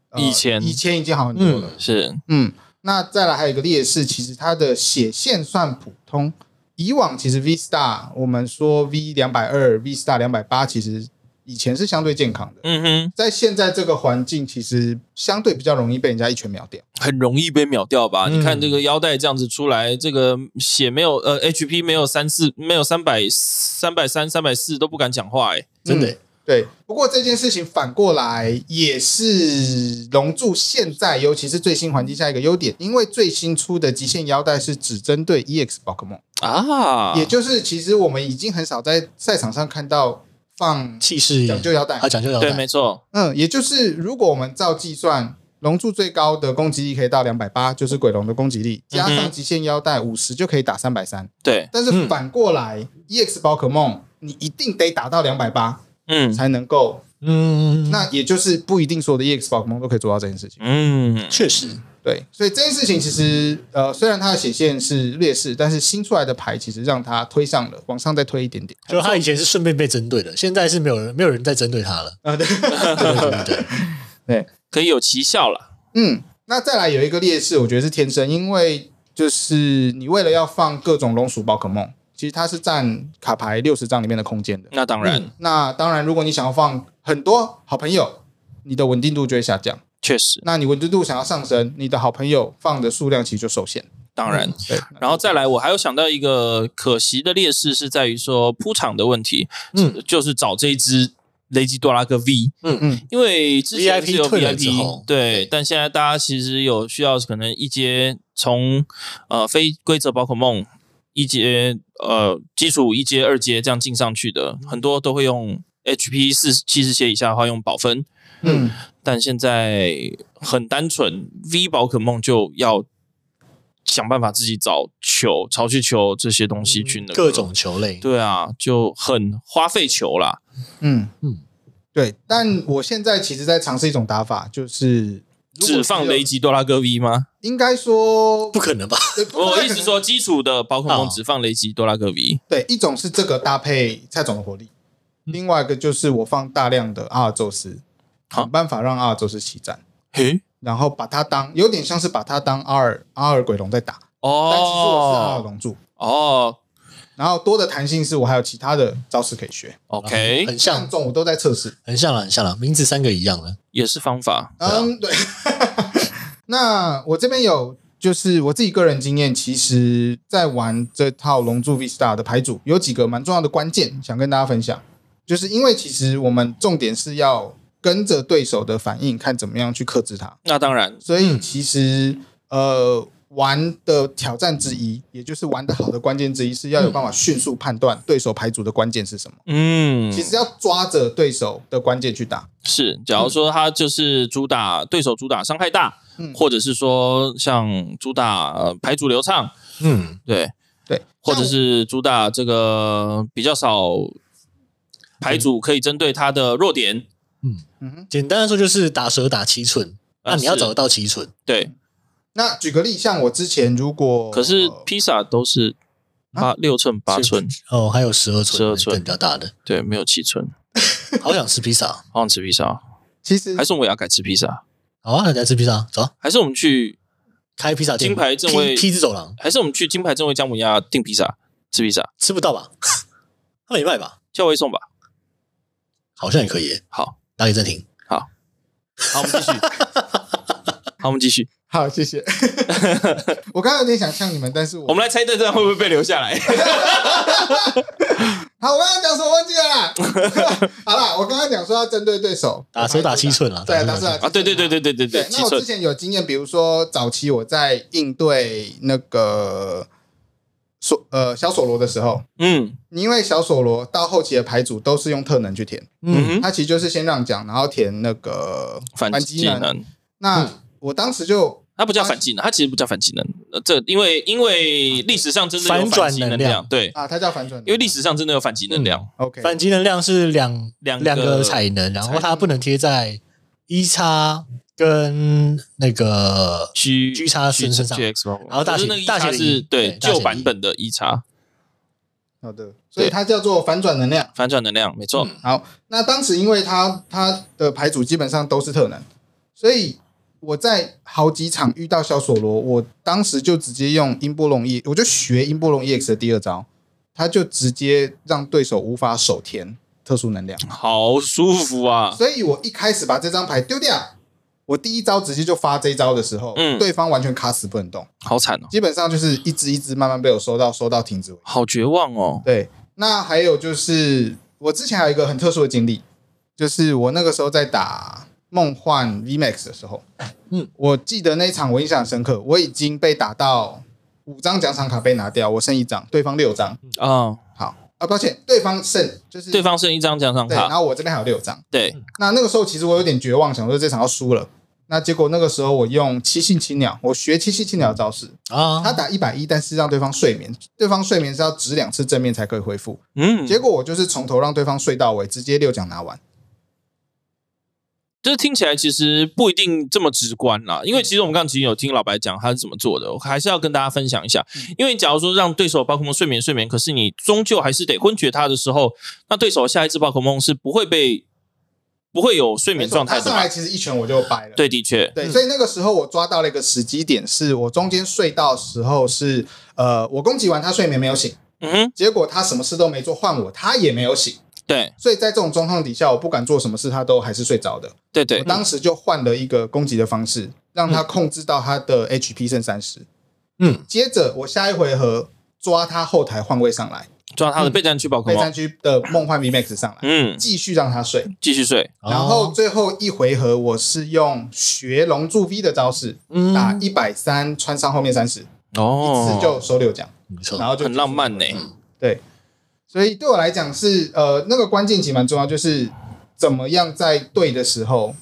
呃
以前
以前已经好很多了。
是
嗯，那再来还有一个劣势，其实它的写线算普通。以往其实 V Star 我们说 V 两百二、V Star 两百八，其实以前是相对健康的，
嗯哼，
在现在这个环境，其实相对比较容易被人家一拳秒掉。
很容易被秒掉吧？
嗯
你看这个腰带这样子出来，这个血没有呃 HP 没有三四没有三百三百三三百四都不敢讲话哎、
真的、
对，不过这件事情反过来也是龙柱现在，尤其是最新环境下一个优点，因为最新出的极限腰带是只针对 EX 宝可梦，
啊，
也就是其实我们已经很少在赛场上看到放
气势
讲究腰带
啊，。讲究腰
对，
带，
没错，
嗯，也就是如果我们照计算，龙柱最高的攻击力可以到两百八，就是鬼龙的攻击力，加
嗯
上
哼嗯
极限腰带五十就可以打三百三。
对，
但是反过来、e x 宝可梦你一定得打到两百八
嗯
才能够
嗯，
那也就是不一定所有的 EX 宝可梦都可以做到这件事情。
嗯，
确实，
对，所以这件事情其实呃，虽然它的显现是劣势，但是新出来的牌其实让它推上了，往上再推一点点。 <laughs>
就他以前是顺便被针对的，现在是没有人没有人在针对他了，
啊，对，
对对对对，
可以有奇效了，
嗯，那再来有一个劣势，我觉得是天生，因为就是你为了要放各种龙属宝可梦，其实它是占卡牌六十张里面的空间的。
那当然、
那当然，如果你想要放很多好朋友，你的稳定度就会下降。
确实，
那你稳定度想要上升，你的好朋友放的数量其实就受限。
当然。
对，
然后再来，我还有想到一个可惜的劣势是在于说铺场的问题，
嗯
就是找这一只雷吉多拉克 V，
嗯，
因为之前
VIP
是有 VIP
退了之后
对，但现在大家其实有需要，可能一阶从呃非规则宝可梦一阶呃基础一阶二阶这样进上去的，
嗯
很多都会用 HP 四七十血以下的话用宝分，
嗯，
但现在很单纯，V 宝可梦就要想办法自己找球、潮汐球这些东西
嗯
去那个
各种球类，
嗯对啊，就很花费球啦。
嗯
嗯
嗯，对。但我现在其实在尝试一种打法，就是如果
只放
有
雷，吉多拉哥 V 吗？
应该说
不可能吧？
对不
<laughs> 我
太
意
可
思
能
说，基础的宝可梦
哦
只放雷吉多拉格 V，
对，一种是这个搭配蔡总的火力，另外一个就是我放大量的阿尔宙斯，
好
想办法让阿尔宙斯起战，
<laughs> 嘿，
然后把它当有点像是把它当阿尔阿尔鬼龙在打，但其实我是阿尔
哦，
龙柱。
哦
然后多的弹性是我还有其他的招式可以学，
，OK，
<laughs> 很
像
像，
这种我都在测试。
很像了，很像了，名字三个一样的，
也是方法，
嗯，对。 <laughs> 那我这边有，就是我自己个人经验，其实在玩这套《龙珠 Vista》的牌组，有几个蛮重要的关键想跟大家分享，就是因为其实我们重点是要跟着对手的反应，看怎么样去克制它。
那当然，
所以其实、
嗯
呃，玩的挑战之一，也就是玩的好的关键之一，是要有办法迅速判断对手牌组的关键是什么。
嗯，
其实要抓着对手的关键去打。
是，假如说他就是主打对手主打伤害大，
嗯
或者是说像主打呃牌组流畅，
嗯，
对，
对，
或者是主打这个比较少牌组可以针对他的弱点，
嗯哼。
简单的说就是打蛇打七寸，
呃
那你要
是
找得到七寸，
对，
那举个例，像我之前如果
可是
呃
披萨都是
啊
八六寸八寸，
哦，还有十二寸，
12寸
对比较大的，
对，没有七寸，
好想吃披萨，啊
好想吃披萨，
其实
还是我也要改吃披萨。
好啊，大家吃披萨，走啊，
还是我们去，
开披萨店，
金牌正位
P 字走廊
还是我们去金牌正位姜母鸭订披萨，吃披萨，
吃不到吧？ <laughs> 他没卖吧？
叫外送吧。
好像也可以耶，
好，
<laughs>
打给暂停。
好，我们继续。好，我们继续。
好，
<laughs>
谢谢。我刚刚有点想呛你们，但是我
我们来猜这段会不会被留下
<laughs>
来？
好，我刚刚讲什么忘记了
<laughs>
啦。好啦，我刚刚讲说要针对对手
打手打七寸啦
啊对，打
打
手
手
打
打
七寸
啊，对对对。对对对
对，
七
那我之
寸
前有经验，比如说早期我在应对那个索呃小索罗的时候，
嗯
你因为小索罗到后期的牌组都是用特能去填，
嗯哼，
它其实就是先让讲，然后填那个
反技
击能。
能，嗯
那我当时就
它不叫反技能，它其实不叫反技能。呃这因为因为历史上真的有
反转
反技能
能量嗯
量，对，
啊，它叫反转，
因为历史上真的有反技能量，
OK
反击能量是两
两个
两个彩能，然后它不能贴在一叉跟那个，
居
G 叉身身上
G X
然后大
就是
写
那个一
大写
叉
的
是
一
对
对大写
旧
的
版
一
本的一叉
好的，所以它叫做反转能量。
反转能量，没错，
嗯
好，那当时因为他他的牌组基本上都是特能，所以我在好几场遇到小索罗，我当时就直接用英波龙 E，我就学英波龙 EX 的第二招，他就直接让对手无法手填特殊能量，
啊好舒服啊！
所以我一开始把这张牌丢掉，我第一招直接就发这一招的时候，
嗯
对方完全卡死不能动，
好惨哦，
基本上就是一只一只慢慢被我收到，收到停止为止。
好绝望哦。
对，那还有就是我之前还有一个很特殊的经历，就是我那个时候在打梦幻 VMAX 的时候，
嗯，
我记得那一场我印象很深刻，我已经被打到五张奖赏卡被拿掉，我剩一张，对方六张，
嗯
啊，
好啊，抱歉，对方剩就是
对方剩一张奖赏
对，然
卡，
后我这边还有六张，
对，
那那个时候其实我有点绝望，想说这场要输了。那结果那个时候我用七性青鸟，我学七性青鸟的招式，他
嗯
啊，
打一百一，但是让对方睡眠，对方睡眠是要指两次正面才可以恢复，
嗯，
结果我就是从头让对方睡到尾，直接六奖拿完。
这听起来其实不一定这么直观啦，
嗯
因为其实我们刚刚其实有听老白讲他是怎么做的，我还是要跟大家分享一下。
嗯
因为假如说让对手宝可梦睡眠睡眠，可是你终究还是得昏厥它的时候，那对手下一只宝可梦是不会被不会有睡眠状态
他
的
上来
嘛。
其实一拳我就掰了。
对，嗯的确，
对，所以那个时候我抓到了一个时机点，是我中间睡到时候是呃，我攻击完他睡眠没有醒，
嗯哼，
结果他什么事都没做，换我他也没有醒。
对
所以在这种状况底下，我不管做什么事，他都还是睡着的。
对
我
对，
当时就换了一个攻击的方式，让他控制到他的 HP 剩三十。
嗯，
接着我下一回合抓他后台换位上来，
抓他的备战区宝可
嗯备战
梦，
区的梦幻 VMAX 上来，
嗯，
继续让他睡。
继续睡，
哦
然后最后一回合，我是用学龙柱 V 的招式
嗯
打一百三，穿上后面三十，
哦，
是就收六奖，
没错
然，后就
很浪。漫呢、
对，所以对我来讲是呃，那个关键其实蛮重要，就是怎么样在对的时候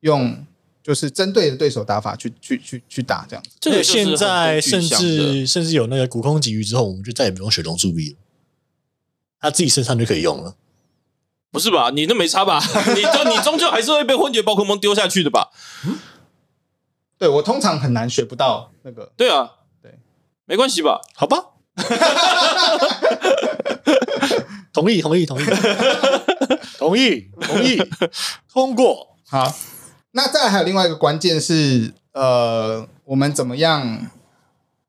用，就是针对的对手打法去去去去打这样子。
这个就是很
现在
很具
甚
象的
至甚至有那个古空给予之后，我们就再也不用水龙注意了，他自己身上就可以用了。
不是吧？你那没差吧？ <laughs> 你终你终究还是会被昏厥宝可梦丢下去的吧？
对我通常很难学不到那个，
对啊，
对，
没关系吧？
好吧，同意，同意，同意，同意，同意，通过。
好，那再来还有另外一个关键是，呃，我们怎么样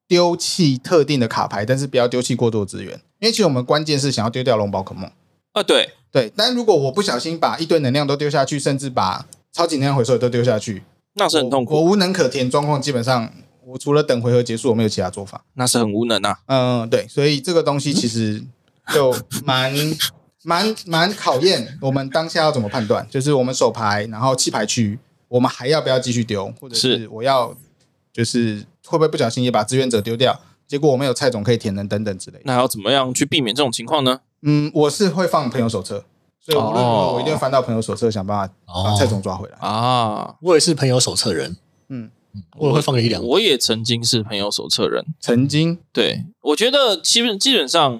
丢弃特定的卡牌，但是不要丢弃过多的资源，因为其实我们关键是想要丢掉龙宝可梦。
啊，对，
对，但如果我不小心把一堆能量都丢下去，甚至把超级能量回收也都丢下去，
那是很痛
我
苦，
我无能可填状况，基本上我除了等回合结束，我没有其他做法。
那是很无能啊。
嗯，对，所以这个东西其实就蛮蛮蛮考验我们当下要怎么判断，就是我们手牌，然后弃牌区，我们还要不要继续丢，或者
是
是我要就是会不会不小心也把志愿者丢掉，结果我没有菜种可以填人等等之类的。
那要怎么样去避免这种情况呢？
嗯，我是会放朋友手册，所以无论如
哦
何我一定会翻到朋友手册，想办法把菜种抓回来。
啊，
我也是朋友手册人，
嗯，
我也会放个一两个。
我也曾经是朋友手册人，
曾经
对我觉得基本基本上，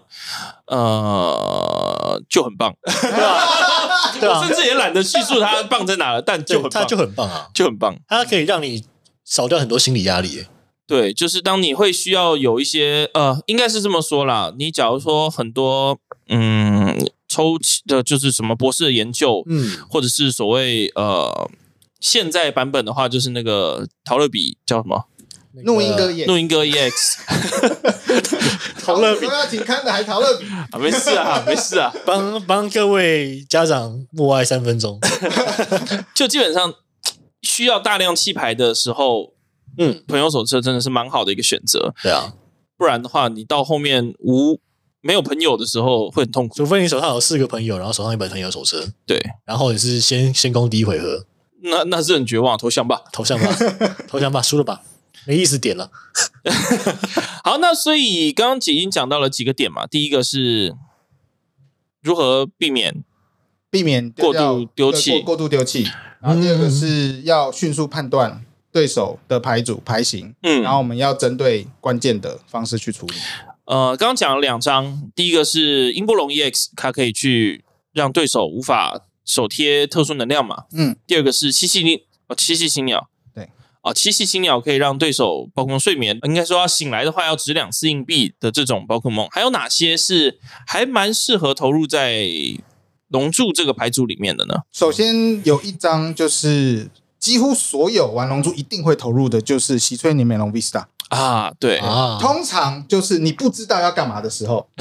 呃，就很棒。
对啊
我，甚至也懒得叙述它棒在哪了，但就
对
很
他
棒，
就很棒啊，
就很棒。
他可以让你少掉很多心理压力。
对，就是当你会需要有一些呃，应该是这么说啦。你假如说很多嗯抽起的，就是什么博士的研究，
嗯，
或者是所谓呃现在版本的话，就是那个陶乐比叫什么
怒音哥也
怒音哥 E EX
陶乐比都要停刊的，还陶乐比。
<laughs> 啊，没事啊，没事啊，
帮帮各位家长默哀三分钟。
<laughs> 就基本上需要大量弃牌的时候，
嗯，
朋友手册真的是蛮好的一个选择。
对啊，
不然的话，你到后面无没有朋友的时候会很痛苦。
除非你手上有四个朋友，然后手上一本朋友手册，
对，
然后你是先先攻第一回合，
那那是很绝望，投降吧。
投降 <laughs> 吧，投降吧，输了吧，没意思点了。
好，那所以刚刚已经讲到了几个点嘛，第一个是如何避免，
避免丢掉
过度丢弃
对过过度丢弃。然后第二个是要迅速判断对手的牌组牌型，
嗯，
然后我们要针对关键的方式去处理。
呃，刚刚讲了两张，第一个是英波龙 EX，它可以去让对手无法手贴特殊能量嘛。
嗯，
第二个是七系灵，哦，七系青鸟。
对，
哦，七系青鸟可以让对手宝可梦睡眠，应该说要醒来的话要值两次硬币的这种宝可梦，还有哪些是还蛮适合投入在龙柱这个牌组里面的呢？
首先有一张就是几乎所有玩龙珠一定会投入的就是喜翠年美龙 Vista，
啊，对，
啊，
通常就是你不知道要干嘛的时候，
<laughs>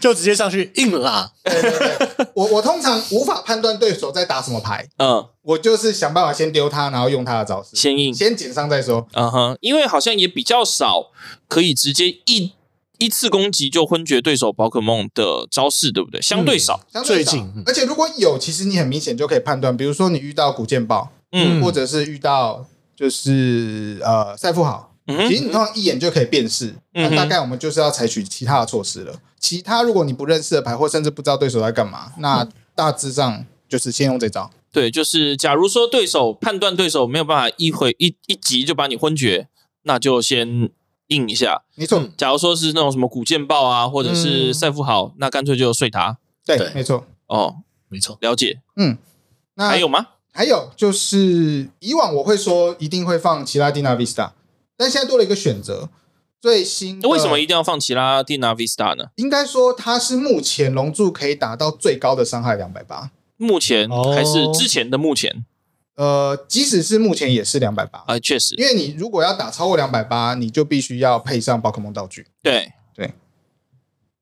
就直接上去硬啦。
对对对我我通常无法判断对手在打什么牌，
嗯，
我就是想办法先丢他，然后用他的招式，
先硬，
先减伤再说。
嗯哼，因为好像也比较少可以直接一一次攻击就昏厥对手宝可梦的招式，对不对？相对少，
相对少
最近嗯
而且如果有，其实你很明显就可以判断，比如说你遇到古剑豹，
嗯
或者是遇到就是呃赛富豪，
嗯
其实
哼，
你通常一眼就可以辨识。
嗯
那
哼
大概我们就是要采取其他的措施了。其他如果你不认识的牌，或甚至不知道对手在干
嗯
嘛，那大致上就是先用这招。
对，就是假如说对手判断对手没有办法一回一一集就把你昏厥，那就先硬一下。
没错，
嗯
假如说是那种什么古剑豹啊，或者是
嗯
赛富豪，那干脆就睡他。
对
对，
没错。
哦，
没错，
了解。
那
还有吗？
还有就是，以往我会说一定会放奇拉蒂娜 Vista，但现在多了一个选择。最新的
那为什么一定要放奇拉蒂娜 Vista 呢？
应该说它是目前龙柱可以达到最高的伤害两百八，
目前
哦
还是之前的目前
呃，即使是目前也是两百八，
啊，确实
因为你如果要打超过两百八，你就必须要配上宝可梦道具。
对，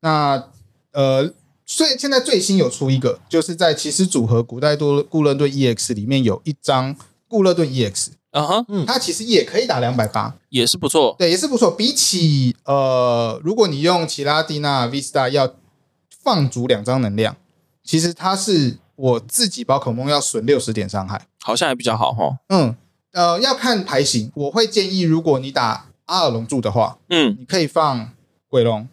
那呃，所以现在最新有出一个，就是在骑士组合古代多固勒顿 EX 里面有一张固勒顿 EX，
嗯哼，
它其实也可以打两百八，
也是不错。
对，也是不错。比起呃，如果你用奇拉蒂娜 Vista 要放足两张能量，其实它是我自己宝可梦要损六十点伤害。
好像还比较好哈。
嗯，呃，要看牌型，我会建议如果你打阿尔龙柱的话，
嗯
你可以放鬼龙，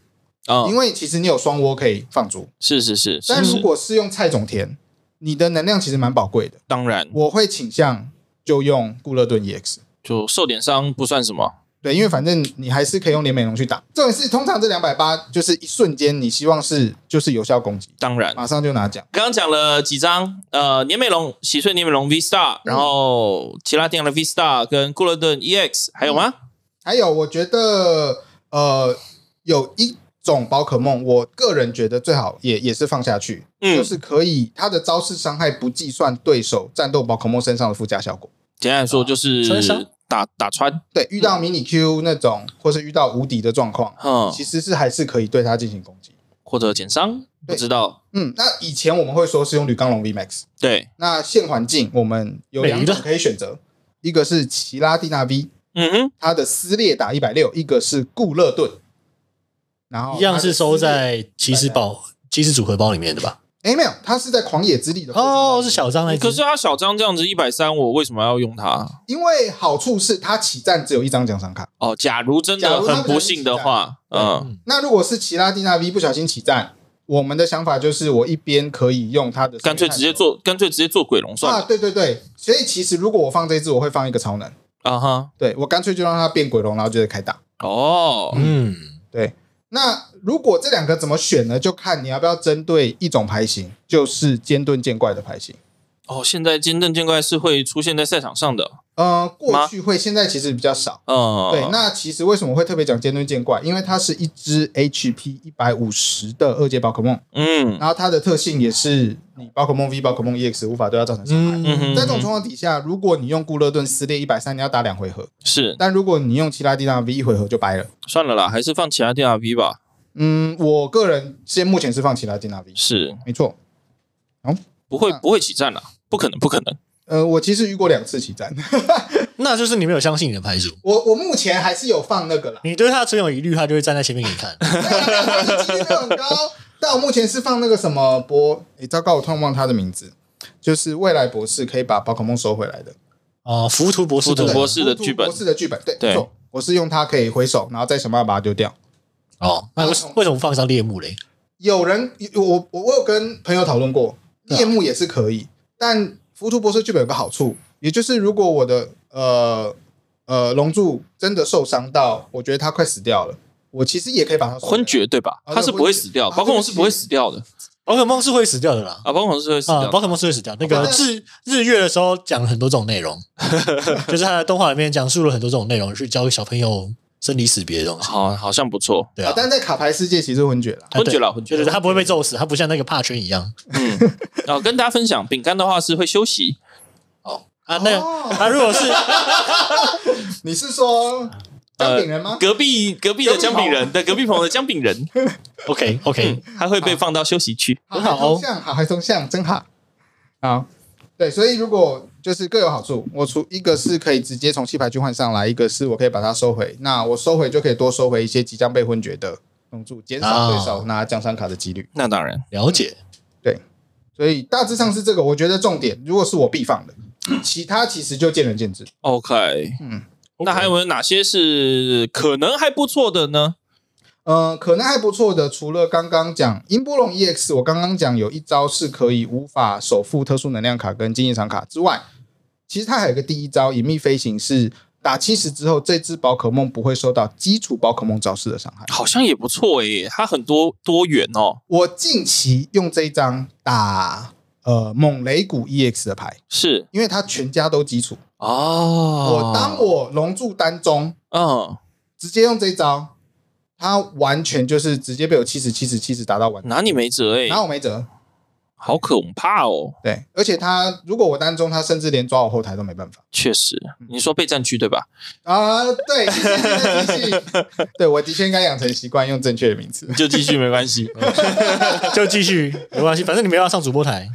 啊，
因为其实你有双窝可以放足。
是是是，是
但如
是
果是用菜种田，你的能量其实蛮宝贵的，
当然
我会倾向就用固勒顿 E EX。
就受点伤不算什么。
对，因为反正你还是可以用连美龙去打。重点是，通常这两百八就是一瞬间，你希望是就是有效攻击，
当然，
马上就拿奖。
刚刚讲了几张，呃，年美龙、喜顺年美龙 V
嗯
Star，然后其他电的 V Star 跟固勒顿 EX，还 E 有吗？
还有，我觉得呃，有一种宝可梦，我个人觉得最好也也是放下去，
嗯
就是可以它的招式伤害不计算对手战斗宝可梦身上的附加效果。
简单来说就是
穿伤
打打穿，
对，遇到迷你 Q 那种，或是遇到无敌的状况，
嗯，
其实是还是可以对它进行攻击。
或者减伤，不
对
知道。
嗯，那以前我们会说是用铝钢龙 V Max，
对，
那现环境我们有两
没
种
了
可以选择，一个是奇拉蒂娜 V，
嗯哼，
它的撕裂打一百六，一个是固勒顿，然后
一样
它的
是收
撕裂，
在骑士宝骑士组合包里面的吧？
哎没有，它是在狂野之力的
哦，是
小。
小张那
可
只
是，他小张这样子一百三，我为什么要用它？
因为好处是它起战只有一张奖赏卡，
哦，假如真
假
的
如他
很
不小
不
心
幸的话，嗯，
那如果是奇拉蒂娜 V 不小心起战，我们的想法就是我一边可以用它的，
干脆直接。做，干脆直接做鬼龙算
啊，
了。
对对对，所以其实如果我放这一只，我会放一个超能，
啊哈，
对我干脆就让它变鬼龙，然后就开打。
哦，
嗯，
那如果这两个怎么选呢？就看你要不要针对一种牌型，就是尖盾见怪的牌型。
哦，现在尖盾剑怪是会出现在赛场上的，
呃，过
吗
去会，现在其实比较少。
嗯，
对，那其实为什么会特别讲尖盾见怪？因为它是一只 HP 一百五十的二阶宝可梦，
嗯
然后它的特性也是你宝可梦 V、宝可梦 EX 无法对它造成伤害。
嗯
嗯哼，
在这种情况底下，如果你用固勒顿撕裂一百三，你要打两回合；
是
但如果你用其他地方 V 一回合就掰了。
算了啦，还是放其他 DRV 吧。
嗯，我个人现目前是放其他地方 V，
是
没错。
不会
那
不会起战了，不可能不可能。
呃，我其实遇过两次起战，
那就是你没有相信你的牌组，
我我目前还是有放那个啦， <laughs>
你对他存有疑虑，他就会站在前面给你
<laughs>
看。
几率没有很高。但我目前是放那个什么博，诶，糟糕，我突然忘他的名字，就是未来博士可以把宝可梦收回来的。
啊，浮屠博士
浮
的，
屠博士的
图
剧本
博士的剧本，对，
对
没错，我是用它可以回手，然后再想办法把它丢掉。
哦，那为什
嗯
为什么放上猎木嘞？
有人，有我我我有跟朋友讨论过，
对啊
夜幕也是可以，但浮屠博士剧本有个好处，也就是如果我的呃呃龙柱真的受伤到，我觉得他快死掉了，我其实也可以把它收回来
昏。厥对吧？
啊
他是不会死掉，
对
宝可梦是不会死掉的
宝可梦是会死掉的啦，
啊，宝可梦是会死
啊，
掉
宝
的。
可梦是会死掉。那个日日月的时候讲了很多这种
<laughs>
内容，就是他的动画里面讲述了很多这种内容，去教小朋友生离死别的东西。啊
好，好像不错，
对
啊
啊，
但在卡牌世界其实昏厥了。
昏厥了，昏厥
就是
了。
他不会被揍死，他不像那个帕圈一样。
嗯，啊，跟大家分享，饼干的话是会休息。
哦，啊，那
哦
啊，如
<laughs>
果是
你是说
呃
姜饼人吗？
隔壁隔壁的姜饼人，对，隔壁棚的姜饼人，
OK OK，
嗯，他会被放到休息区。
好，
很好
还
哦
通向，好，还通向，真好。好，对，所以如果就是各有好处，我除一个是可以直接从弃牌区换上来，一个是我可以把它收回。那我收回就可以多收回一些即将被昏厥的龙柱，减少对
啊
手拿奖赏卡的几率。
那当然，
了解，
所以大致上是这个，我觉得重点如果是我必放的，其他其实就见仁见智。
OK，
嗯
那还有没有哪些是可能还不错的呢？
呃，可能还不错的，除了刚刚讲音波龙 EX，我刚刚讲有一招是可以无法首付特殊能量卡跟经验场卡之外，其实它还有一个第一招隐秘飞行是打七十之后，这只宝可梦不会受到基础宝可梦招式的伤害。
好像也不错诶，它很多多元哦。
我近期用这一张打呃猛雷谷 EX 的牌，
是
因为它全家都基础。
哦，
我当我龙柱单中
嗯，
直接用这一招，它完全就是直接被我七十七十七十打到完，
拿你没辙诶
然，后我没辙。
好可怕哦，
对，而且他如果我单中，他甚至连抓我后台都没办法
确实。
嗯
你说备战区对吧？
啊、对，谢谢你的提醒对我的确应该养成习惯用正确的名词。
<laughs> 就继续没关系。
就继续，没关系，反正你们要上主播台，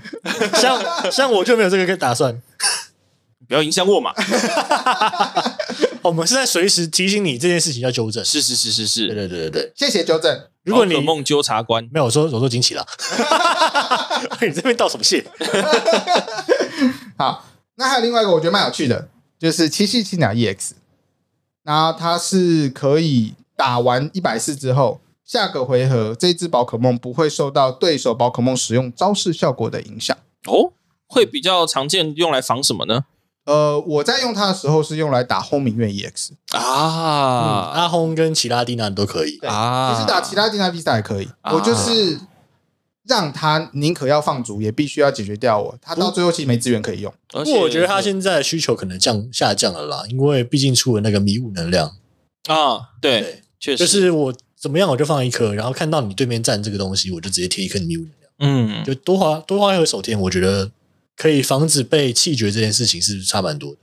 像像我就没有这个打算，
<laughs> 不要影响我嘛。
哦我们是在随时提醒你这件事情要纠正。
是是是是
对
是。
对对对对，
谢谢纠正，
如果你
宝可梦纠察官，
没有我说，我说惊
<laughs>
奇了，哎你这边道什么谢？
好，那还有另外一个我觉得蛮有趣的，就是七系七鸟 EX，那它是可以打完一百次之后，下个回合这只宝可梦不会受到对手宝可梦使用招式效果的影响。
哦，会比较常见用来防什么呢？
呃，我在用它的时候是用来打轰鸣乐 EX，
啊、
阿轰跟奇拉蒂娜都可以。
啊，
其实打其他竞赛比赛也可以，
啊
我就是让他宁可要放逐，也必须要解决掉我。他到最后其实没资源可以用，
而
不
且
过我觉得他现在的需求可能降下降了啦，因为毕竟出了那个迷雾能量，
啊，对，
对，
确实
就是我怎么样我就放一颗，然后看到你对面站这个东西，我就直接贴一颗迷雾能量，
嗯，
就多花多花一盒手天，我觉得可以防止被气绝这件事情是差蛮多的。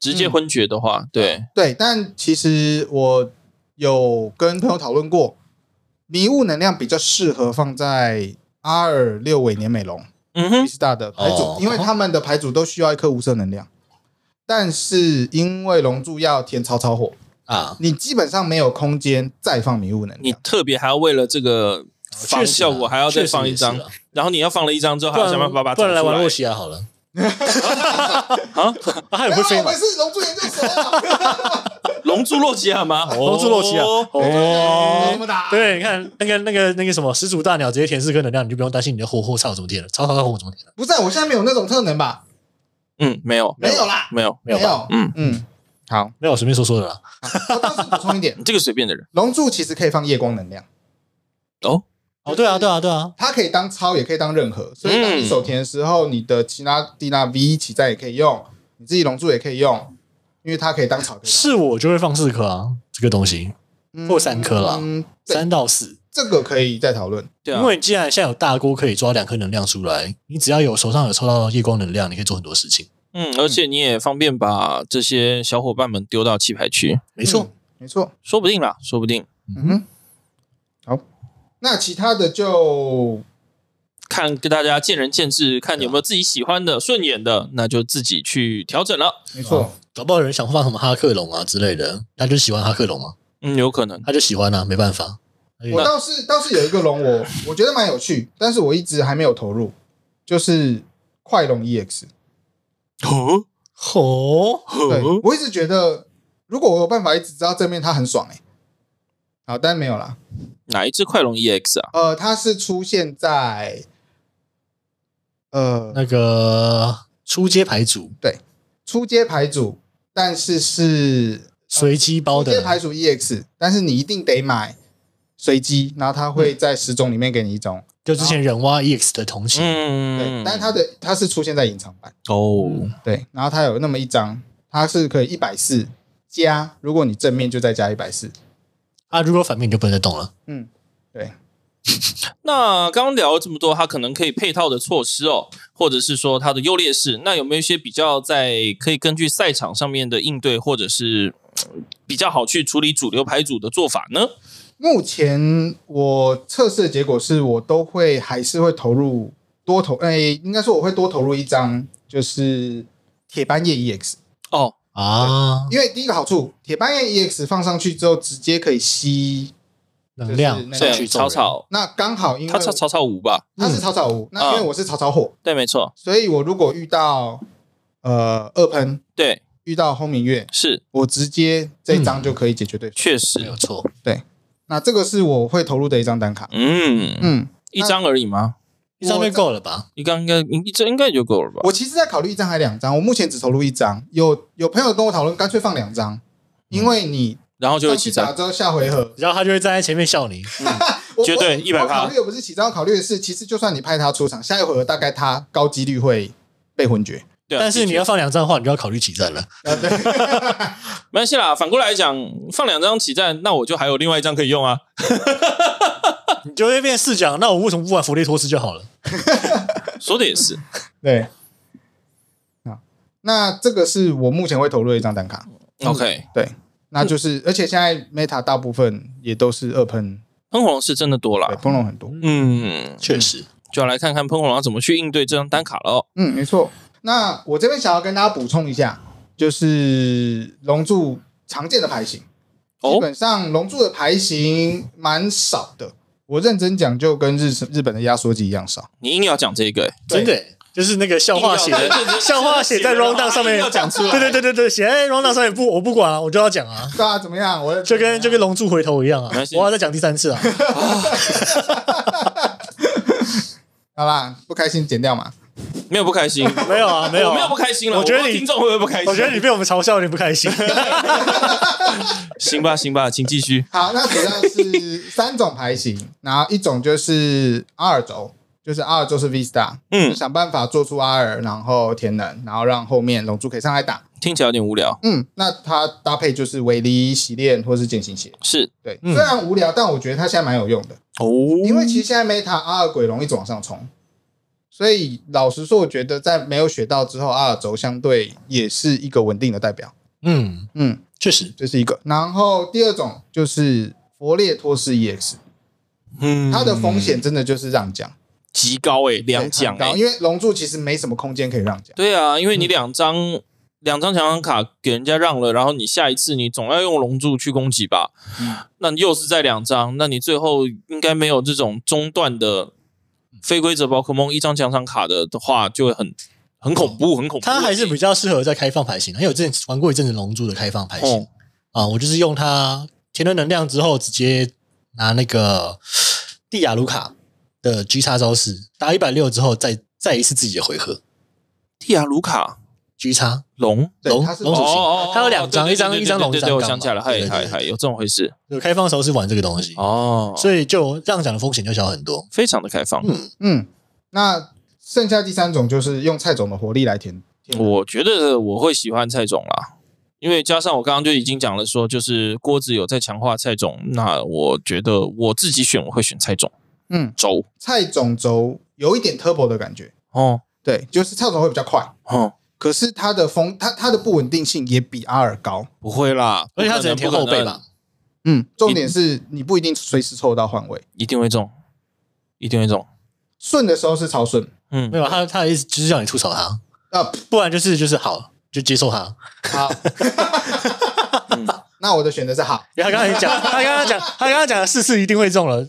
直接昏厥的话，对，
对。但其实我有跟朋友讨论过，迷雾能量比较适合放在阿尔六尾年美龙、
嗯
比
哼，
斯大的牌组，
哦
因为他们的牌组都需要一颗无色能量。但是因为龙柱要填超超火，
啊，
你基本上没有空间再放迷雾能
你
量。
特别还要为了这个
确
防
实啊
效果还要再放一张
确实也，是啊
然后你要放了一张之后，还
不
要想
然
办法把它
不然来
找出
玩
来
洛西亚好了。
啊，
<laughs> 啊，他也
没
不
有
会飞
哎我
嘛
们？是龙柱研究所
<laughs>
啊，
龙珠洛奇亚吗？
龙珠洛奇亚
哦
啊怎
哦，
么打？
对，你看那个那个那个什么始祖大鸟直接填四颗能量，你就不用担心你的火火草怎么填了，草草草火怎么填了，
不是啊，我现在没有那种特能吧？
嗯，没有，
没有啦，
没有，
没有吧？
嗯
嗯，好，
没有，我随便说说的啦。
我倒是补充一点， <laughs>
你这个随便的人
龙柱其实可以放夜光能量，
哦，
哦，对啊，对啊，对啊，
它可以当超，也可以当任何。所以当你手填的时候，你的奇拉蒂娜 V 一起战也可以用，你自己龙柱也可以用，因为它可以当草。可以当
是我就会放四颗啊，这个东西
嗯
或三颗啦
嗯，对，
三到四，
这个可以再讨论。
对啊，
因为既然现在有大锅可以抓两颗能量出来，你只要有手上有抽到夜光能量，你可以做很多事情。
嗯，而且你也方便把这些小伙伴们丢到弃牌区，
没错
嗯，，没错。
说不定啦，说不定
嗯哼，好，那其他的就
看跟大家见仁见智，看有没有自己喜欢的、顺眼的，那就自己去调整了。
没错。
搞不好有人想放什么哈克龙啊之类的，他就喜欢哈克龙嘛，
嗯，有可能。
他就喜欢啊，没办法。
我倒是倒是有一个龙我，我觉得蛮有趣，但是我一直还没有投入，就是快龙 E EX。
哦
哦，
对，我一直觉得如果我有办法一直知道正面，它很爽哎、好，但没有啦。
哪一只快龙 EX 啊？
呃，它是出现在呃
那个出街牌组
出街牌组，但是是
随机包
出街
的
牌组 EX，但是你一定得买随机，然后它会在十种里面给你一种。
就之前忍蛙 EX 的同情，
对
啊嗯，，
但是它的它是出现在隐藏版。
哦，
对，然后它有那么一张，它是可以一百四加，如果你正面就再加一百四。
啊，如果反面你就不能再动了。
对，
那刚刚聊了这么多，它可能可以配套的措施哦，或者是说它的优劣势，那有没有一些比较在可以根据赛场上面的应对，或者是嗯比较好去处理主流牌组的做法呢？
目前我测试的结果是我都会还是会投入多投，哎、应该说我会多投入一张，就是铁斑叶 EX，
哦，
啊，
因为第一个好处，铁斑叶 EX 放上去之后直接可以吸，
能量
就是
上
那
对，
去
草
找
草，
那刚好因为
他草草草五吧，
它是草草屋，那因为我是草草火，
对，没错，
所以我如果遇到呃二喷，
对，
遇到轰鸣月，
是
我直接这一张就可以解决对手。
确
没有
实，
错。
那这个是我会投入的一张单卡，
嗯，
嗯。
一张而已吗？
一张就够了吧？
一张应该一张应该就够了吧？
我其实在考虑一张还两张，我目前只投入一张。有有朋友跟我讨论，干脆放两张，因为你
然嗯后就
上
会
去
起
打
张，
之后下回合，
然后他就会站在前面笑你，
我
绝对
我
100%
我考虑的不是起张，我考虑的是，其实就算你派他出场，下一回合大概他高几率会被昏厥。
对啊，
但是你
的确
要放两张的话，你就要考虑起战了。
啊，对，
没关系啦，反过来讲，放两张起战，那我就还有另外一张可以用啊。
你就会变四讲，那我为什么不玩弗雷托斯就好
嗯
了？
说的也是，
对，啊，那这个是我目前会投入的一张单卡，
嗯
OK，
对，那就是，
嗯
而且现在 Meta 大部分也都是二喷，
喷火龙是真的多
对，
了。
崩龙很多，
嗯，
确实，
就要来看看喷火龙要怎么去应对这张单卡了哦。
嗯，没错。那我这边想要跟大家补充一下，就是龙柱常见的牌型，基
哦，
本上龙柱的牌型蛮少的。我认真讲，就跟日日本的压缩机一样少。
你硬要讲这个、欸，
真的欸就是那个笑话写
硬要讲
的，笑话写在 round down 上面
硬要讲出来
对对对对对，写在 round down 上面不，我不管啊，我就要讲啊，
对啊，怎么样？我
就跟就跟龙柱回头一样啊
没关，系
我要再讲第三次啊。
好啦，不开心剪掉嘛。
没有不开心，
没有 <laughs> 啊，没有
我
啊，
没有不开心了。
我觉得
不知道
你
听众会不会不开心？
我觉得你被我们嘲笑有点不开心。
行吧，行吧，请继续。
好，那主要是三种牌型，然后一种就是阿尔轴，就是阿尔轴是 V Star，
嗯，
想办法做出阿尔，然后填能，然后让后面龙珠可以上来打。
听起来有点无聊。
嗯，那它搭配就是维力洗练或是剑行鞋。
是
对，
嗯
虽然无聊，但我觉得它现在蛮有用的，
哦，
因为其实现在 Meta 阿尔鬼龙一直往上冲，所以老实说，我觉得在没有学到之后，阿尔轴相对也是一个稳定的代表。
嗯，
嗯，
确实，
这是一个。然后第二种就是佛列托斯 EX，
嗯
它的风险真的就是让降，
极高诶、两哎奖
很高，
诶、
因为龙柱其实没什么空间可以让降。
对啊，因为你两张、两张强强卡给人家让了，然后你下一次你总要用龙柱去攻击吧？
嗯
那你又是在两张，那你最后应该没有这种中断的非规则宝可梦一张强强卡的的话，就会很很恐怖，很恐怖。
它还是比较适合在开放牌型的，啊因为我之前玩过一阵子龙柱的开放牌型、
哦
啊，我就是用它填了能量之后，直接拿那个蒂亚卢卡的 G 叉招式打一百六之后再，再一次自己的回合
蒂亚卢卡
G 叉
龙。
对
龙
它
哦
是
龙属性，它有两张，
对
一张
对对
一张龙，
对
一
对
张
对，我
钢嘛
想起来了，
对
嗨
对
嗨
对
嗨，有这种回事
有开放的时候是玩这个东西，
哦，
所以就让奖的风险就小很多。
非常的开放。
嗯，
嗯，那剩下第三种就是用蔡总的活力来填。
我觉得我会喜欢蔡总啦，因为加上我刚刚就已经讲了说，就是郭子有在强化蔡总，那我觉得我自己选我会选蔡总
嗯，
轴
蔡总轴有一点 turbo 的感觉，
哦
对，就是蔡总会比较快。
哦，
可是它的风，它它的不稳定性也比阿尔高。
不会啦，
而且它只能
不
填
可
后背
不可能
吧，，
嗯，重点是你不一定随时抽得到换位，
一定会中，一定会中，
顺的时候是超顺，
嗯
没，有啊他他的意思就是叫你吐槽他，
啊，
不然就是就是好就接受他。
好。嗯那我的选择是好，
然后他刚才讲，他刚刚讲，他刚刚讲的四次一定会中了，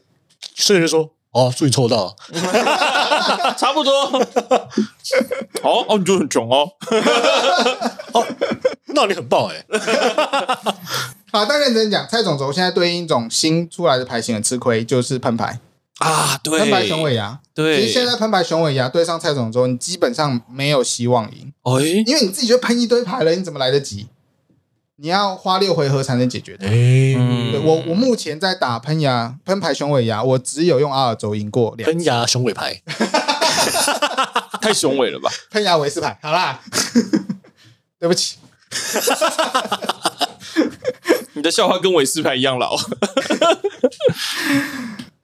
所以就说哦，所以抽到了，
差不多。 <laughs> 哦哦，你就很囧哦，
哦那你很棒哎、
好，但认真讲，蔡总轴现在对应一种新出来的牌型很吃亏，就是喷牌，
啊，
喷牌
对，
熊尾牙。其
对，
实现在喷牌熊尾牙对上蔡总轴，你基本上没有希望赢，
哎
因为你自己就喷一堆牌了，你怎么来得及？你要花六回合才能解决它。
哎
嗯
对我，我目前在打喷牙、喷牌熊尾牙，我只有用阿尔轴赢过两
喷牙雄尾牌，
<laughs> 太雄伟了吧？
喷牙维斯牌，好啦， <laughs> 对不起，
你的笑话跟韦斯牌一样老。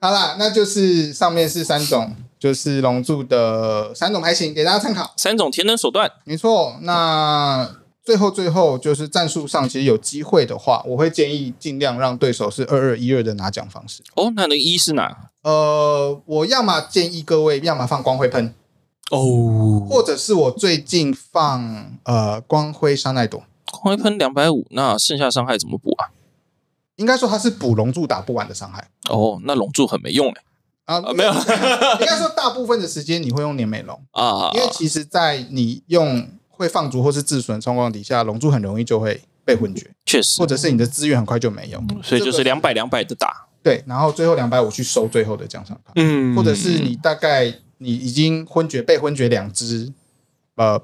好啦，那就是上面是三种，就是龙柱的三种牌型，给大家参考。
三种填能手段，
没错，那最后最后就是战术上，其实有机会的话，我会建议尽量让对手是二二一二的拿奖方式。
哦，那那个一是哪？
呃，我要么建议各位，要么放光辉喷，
哦，
或者是我最近放呃光辉沙奈朵。
光一喷两百五，那剩下伤害怎么补啊？
应该说它是补龙柱打不完的伤害
哦，那龙柱很没用哎、
啊、
啊，没有
<laughs> 应该说大部分的时间你会用年美龙，
啊，
因为其实，在你用会放逐或是自损的状况底下，龙柱很容易就会被昏厥，
确实
或，者是你的资源很快就没有。
所以就
这
是
个
两百两百的打，
对，然后最后两百五去收最后的奖赏卡，
嗯
或者是你大概你已经昏厥被昏厥两只，呃，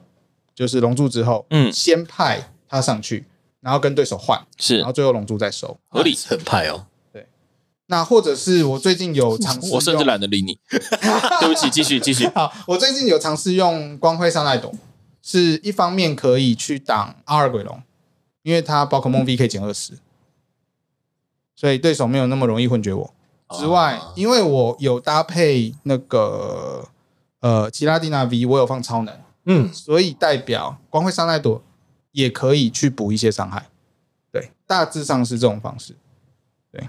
就是龙柱之后，
嗯
先派他上去，然后跟对手换，
是
然后最后龙柱再收。
合理。
很派哦。
那或者是我最近有尝试
<laughs>
用，
我甚至懒得理
<laughs>
你，对不起，继续继续。
好，我最近有尝试用光辉上来朵，是一方面可以去挡阿尔鬼龙，因为它宝可梦 V 可以减二十，所以对手没有那么容易昏厥我。之外，
啊
因为我有搭配那个呃奇拉蒂娜 V，我有放超能，
嗯，
所以代表光辉伤害朵也可以去补一些伤害。对，大致上是这种方式。对，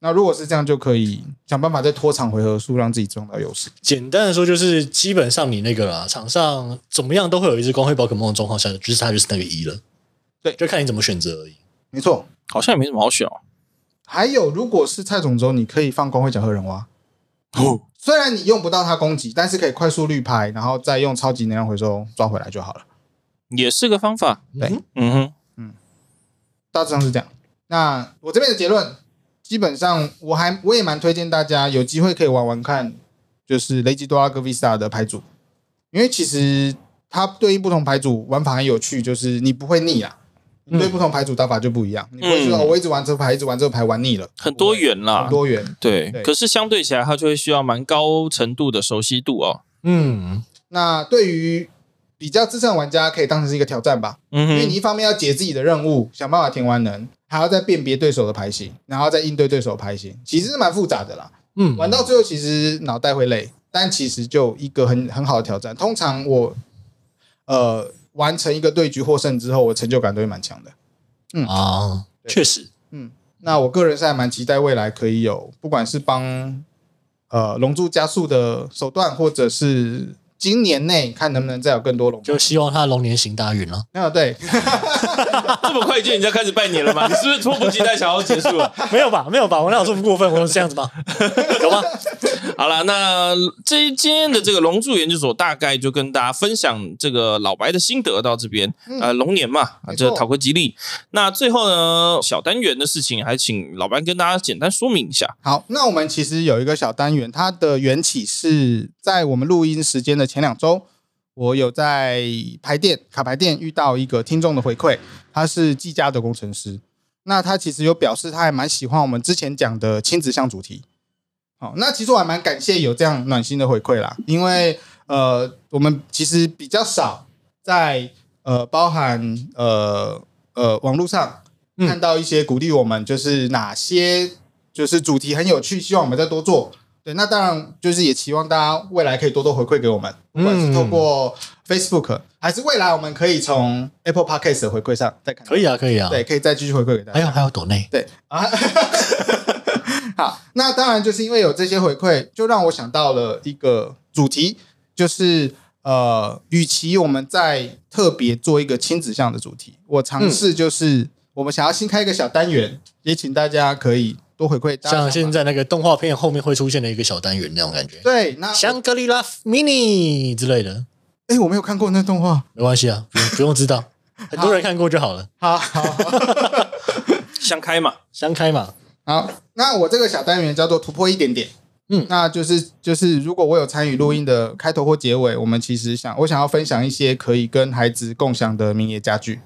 那如果是这样，就可以想办法再拖长回合数，让自己撞到优势。
简单的说就是，基本上你那个啦，场上怎么样都会有一只光辉宝可梦的状况下，就是它就是那个一了。
对
就看你怎么选择而已。
没错。
好像也没什么好选哦。
还有，如果是蔡总之后，你可以放光辉角赫人蛙。
哦，
虽然你用不到它攻击，但是可以快速绿牌，然后再用超级能量回收抓回来就好了。
也是个方法。
对
嗯
嗯哼，
大致上是这样。那我这边的结论，基本上我还我也蛮推荐大家有机会可以玩玩看，就是雷吉多拉格 Vista 的牌组，因为其实它对应不同牌组玩法很有趣，就是你不会腻啊。你对不同牌组打法就不一样，你不会说、
嗯
哦我一直玩这牌，一直玩这牌玩腻了，
很多元啦
很，多元。
对。
对
可是相对起来，它就会需要蛮高程度的熟悉度哦。
嗯，
那对于比较资深的玩家，可以当成是一个挑战吧，
嗯
因为你
哼，
一方面要解自己的任务，想办法填完能，还要再辨别对手的牌型，然后再应对对手的牌型，其实是蛮复杂的啦。
嗯，
玩到最后其实脑袋会累，但其实就一个很很好的挑战。通常我呃完成一个对局获胜之后，我成就感都会蛮强的。
啊，
对
确实，
那我个人是还蛮期待未来可以有，不管是帮呃龙珠加速的手段，或者是今年内看能不能再有更多龙珠
就。希望它龙年行大运了。
那对，
这么快就人家开始拜年了吗？你是不是迫不及待想要结束了？
没有吧？没有吧？我哪有这么过分？我有这样子吗？有吗？
好了，那这今天的这个龙柱研究所大概就跟大家分享这个老白的心得到这边。
嗯
呃，龙年嘛，啊
没
这
错
讨个吉利。那最后呢，小单元的事情还请老白跟大家简单说明一下。
好，那我们其实有一个小单元，它的缘起是在我们录音时间的前两周，我有在排店卡牌店遇到一个听众的回馈，他是技嘉的工程师，那他其实有表示他还蛮喜欢我们之前讲的亲子向主题。好，那其实我还蛮感谢有这样暖心的回馈啦，因为呃，我们其实比较少在呃包含呃呃网络上
嗯
看到一些鼓励我们，就是哪些就是主题很有趣，希望我们再多做。对，那当然就是也期望大家未来可以多多回馈给我们，不管是透过 Facebook，还是未来我们可以从 Apple Podcast 的回馈上再看，
<laughs> 可以啊，可以啊。哎
对，，可以再继续回馈给大家。
还有还有抖内，
对啊， <laughs> 好，那当然就是因为有这些回馈，就让我想到了一个主题，就是呃，与其我们在特别做一个亲子向的主题，我尝试就是我们想要新开一个小单元，也请大家可以多回馈大家想
像
法。
现在那个动画片后面会出现的一个小单元那种感觉，
对，那
香格里拉 mini 之类的，
哎、我没有看过那动画，
没关系啊，
<laughs>
不用不用知道，很多人看过就好了。
好好好
<laughs>
相开嘛，
相开嘛，
好，那我这个小单元叫做突破一点点。
嗯
那就是就是，如果我有参与录音的开头或结尾，我们其实想我想要分享一些可以跟孩子共享的名言佳句，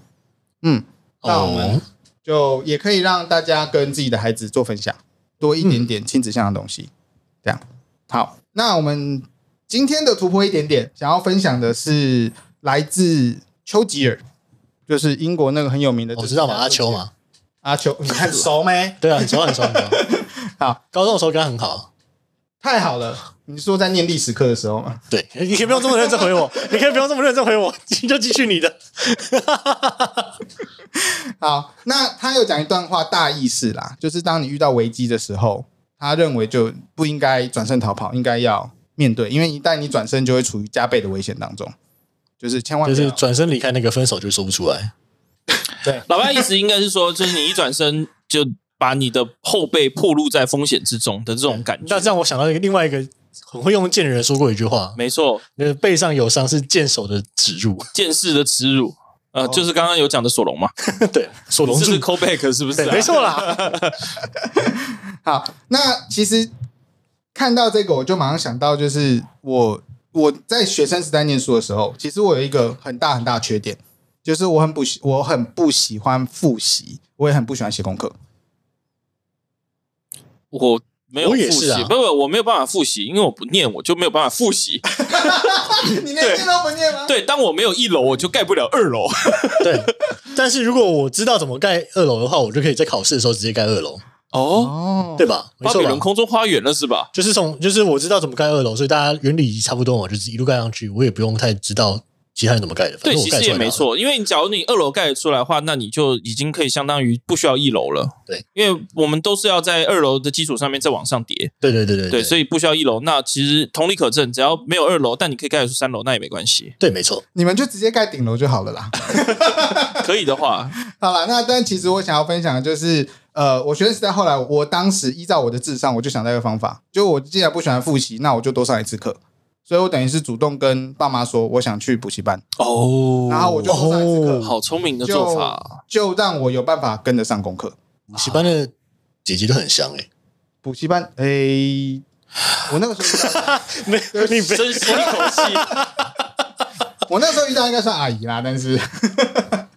那我们
哦，
就也可以让大家跟自己的孩子做分享，多一点点亲子向的东西。这样好，那我们今天的突破一点点，想要分享的是来自丘吉尔，就是英国那个很有名的，
我知道嘛，阿秋，嘛，
阿丘，你很熟没？
对啊，很熟很熟很熟。
<laughs> 好，
高中的时候跟他很好。
太好了！你说在念历史课的时候吗？
对，你可以不用这么认真
<laughs>
回我，你可以不用这么认真回我，你就继续你的。
好，那他有讲一段话，大意是啦，就是当你遇到危机的时候，他认为就不应该转身逃跑，应该要面对，因为一旦你转身，就会处于加倍的危险当中，就是千万
就
不
是
要。
转身离开那个分手就说不出来。
老爸意思应该是说，就是你一转身就把你的后背暴露在风险之中的这种
嗯
感
那
觉。
这样我想到一个另外一个很会用剑的人说过一句话，
没错，
就是背上有伤是剑手的指
<laughs>
入。
剑士的耻辱，呃，
哦
就是刚刚有讲的索隆嘛，
<laughs> 对，锁龙
是不
柱
是。callback 是不是
对，
啊？
没错啦。
好，那其实看到这个，我就马上想到，就是我我在学生时代念书的时候，其实我有一个很大很大的缺点，就是我很不喜我很不喜欢复习，我也很不喜欢写功课。
我没有
我
复
也
习，
是啊
不不，我没有办法复习，因为我不念，我就没有办法复习。
你连念都不念吗？
对，当我没有一楼，我就盖不了二楼。
对，但是如果我知道怎么盖二楼的话，我就可以在考试的时候直接盖二楼，
<laughs> 哦，
哦，
对吧？没
巴
错
比伦
吧？
空中花园了是吧？
就是从就是我知道怎么盖二楼，所以大家原理差不多嘛，就是一路盖上去，我也不用太知道其他人怎么盖的，反
对，
正我
其
盖
实
出
也
来
没
就好了。
错，因为你假如你二楼盖得出来的话，那你就已经可以相当于不需要一楼了。
对，
因为我们都是要在二楼的基础上面再往上叠，
对对对对
对，所
以
以不需要一楼。那其实同理可证，只要没有二楼，但你可以盖得出三楼，那也没关系。
对没错，
你们就直接盖顶楼就好了啦。 <laughs>
可以的
<laughs>
话，
好了，那但其实我想要分享的就是，呃，我学生时代后来，我当时依照我的智商，我就想到一个方法，就我既然不喜欢复习，那我就多上一次课。所以我等于是主动跟爸妈说我想去补习班，
哦
然后我就多上一次课，
好聪明的做法，
就让我有办法跟得上功课。
补习班的姐姐都很香哎、
补习班，诶、我那个时候遇到，
没你
啊
别
深吸一口气。
<laughs>
<laughs> 我那时候遇到应该算阿姨啦，但是， <laughs>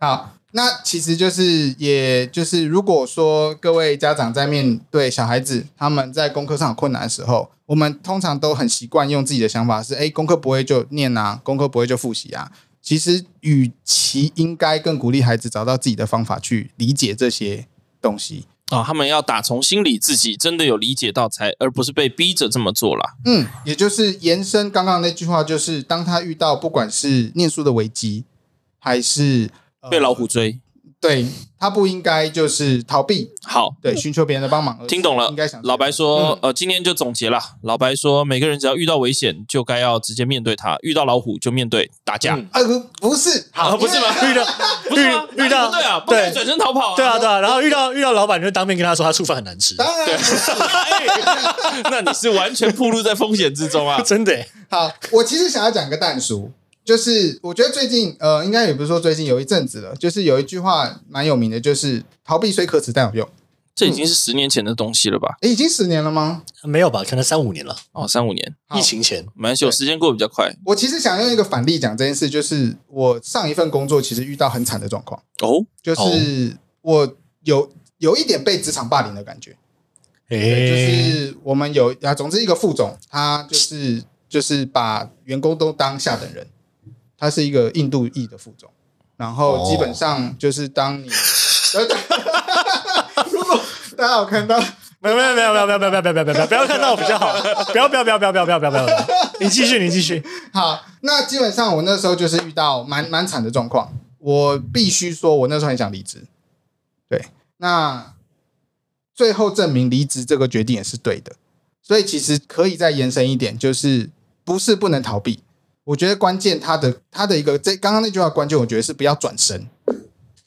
好，那其实就是，也就是，如果说各位家长在面对小孩子他们在功课上有困难的时候，我们通常都很习惯用自己的想法是，哎，功课不会就念啊，功课不会就复习啊。其实，与其应该更鼓励孩子找到自己的方法去理解这些东西，
啊、他们要打从心里自己真的有理解到才，而不是被逼着这么做啦。
嗯，也就是延伸刚刚那句话，就是当他遇到不管是念书的危机，还是、呃
被老虎追。
对他不应该就是逃避，
好，
对，寻求别人的帮忙。
听懂了
应该想
老白说，
嗯
呃，今天就总结啦。老白说，每个人只要遇到危险，就该要直接面对它；遇到老虎就面对打架，
嗯
啊，不不是，
<laughs> 啊
好，
不是吗？
<laughs>
遇到
啊
不是吗？
遇遇
哪里
到
不对啊，不
对
该转身逃跑、啊。
对啊对 <laughs> 啊，然后遇到遇到老板就当面跟他说他醋饭很难吃，！
当然不是
哎那你是完全暴露在风险之中啊
真的、欸、
好。我其实想要讲个蛋叔，就是我觉得最近呃，应该也不是说最近有一阵子了，就是有一句话蛮有名的，就是逃避虽可耻但有用。
这已经是十年前的东西了吧？
诶已经十年了吗？
没有吧？可能三五年了，
哦，三五年，
好
疫情前
蛮久，
对
时间过得比较快
我其实想用一个反例讲这件事，就是我上一份工作其实遇到很惨的状况，
哦。
就是我有有一点被职场霸凌的感觉，
哎诶
就是我们有啊，总之一个副总，他就是就是把员工都当下等人，他是一个印度裔的副总，然后基本上就是当你， <laughs> 如果大家有看到，
没有没有没有没有没有没有没有没有没有没有不要看到我比较好，不要不要不要不要不要不要不要不要，你继续你继续，
好，那基本上我那时候就是遇到蛮蛮惨的状况，我必须说，我那时候很想离职。对，那最后证明离职这个决定也是对的，所以其实可以再延伸一点，就是不是不能逃避。我觉得关键它的它的一个这刚刚那句话关键，我觉得是不要转身，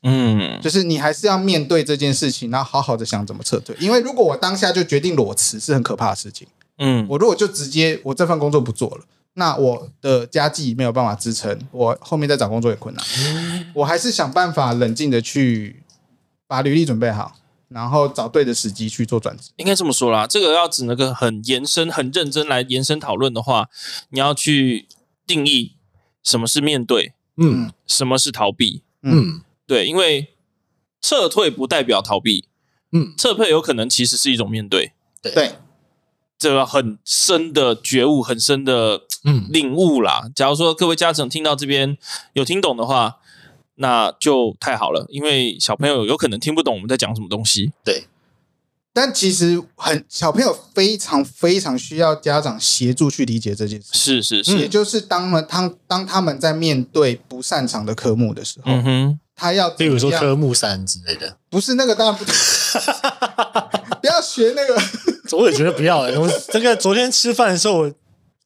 嗯，
就是你还是要面对这件事情，然后好好的想怎么撤退。因为如果我当下就决定裸辞，是很可怕的事情。
嗯，
我如果就直接我这份工作不做了，那我的家计没有办法支撑，我后面再找工作也困难。我还是想办法冷静的去把履历准备好，然后找对的时机去做转职。
应该这么说啦，这个要指那个很延伸、很认真来延伸讨论的话，你要去定义什么是面对，
嗯
什么是逃避。
嗯
对，因为撤退不代表逃避，
嗯，
撤退有可能其实是一种面对，
对，
这个很深的觉悟，很深的
嗯，
领悟啦。假如说各位家长听到这边有听懂的话，那就太好了，因为小朋友有可能听不懂我们在讲什么东西。
对，
但其实很小朋友非常非常需要家长协助去理解这件事，
是是
也
是，
就是当们当当他们在面对不擅长的科目的时候，
嗯哼，
他要
比
怎
如说
么样？
科目三之类的，
不是那个，当然不， <laughs> 不要学那个。
我也觉得不要、欸。我这个昨天吃饭的时候，我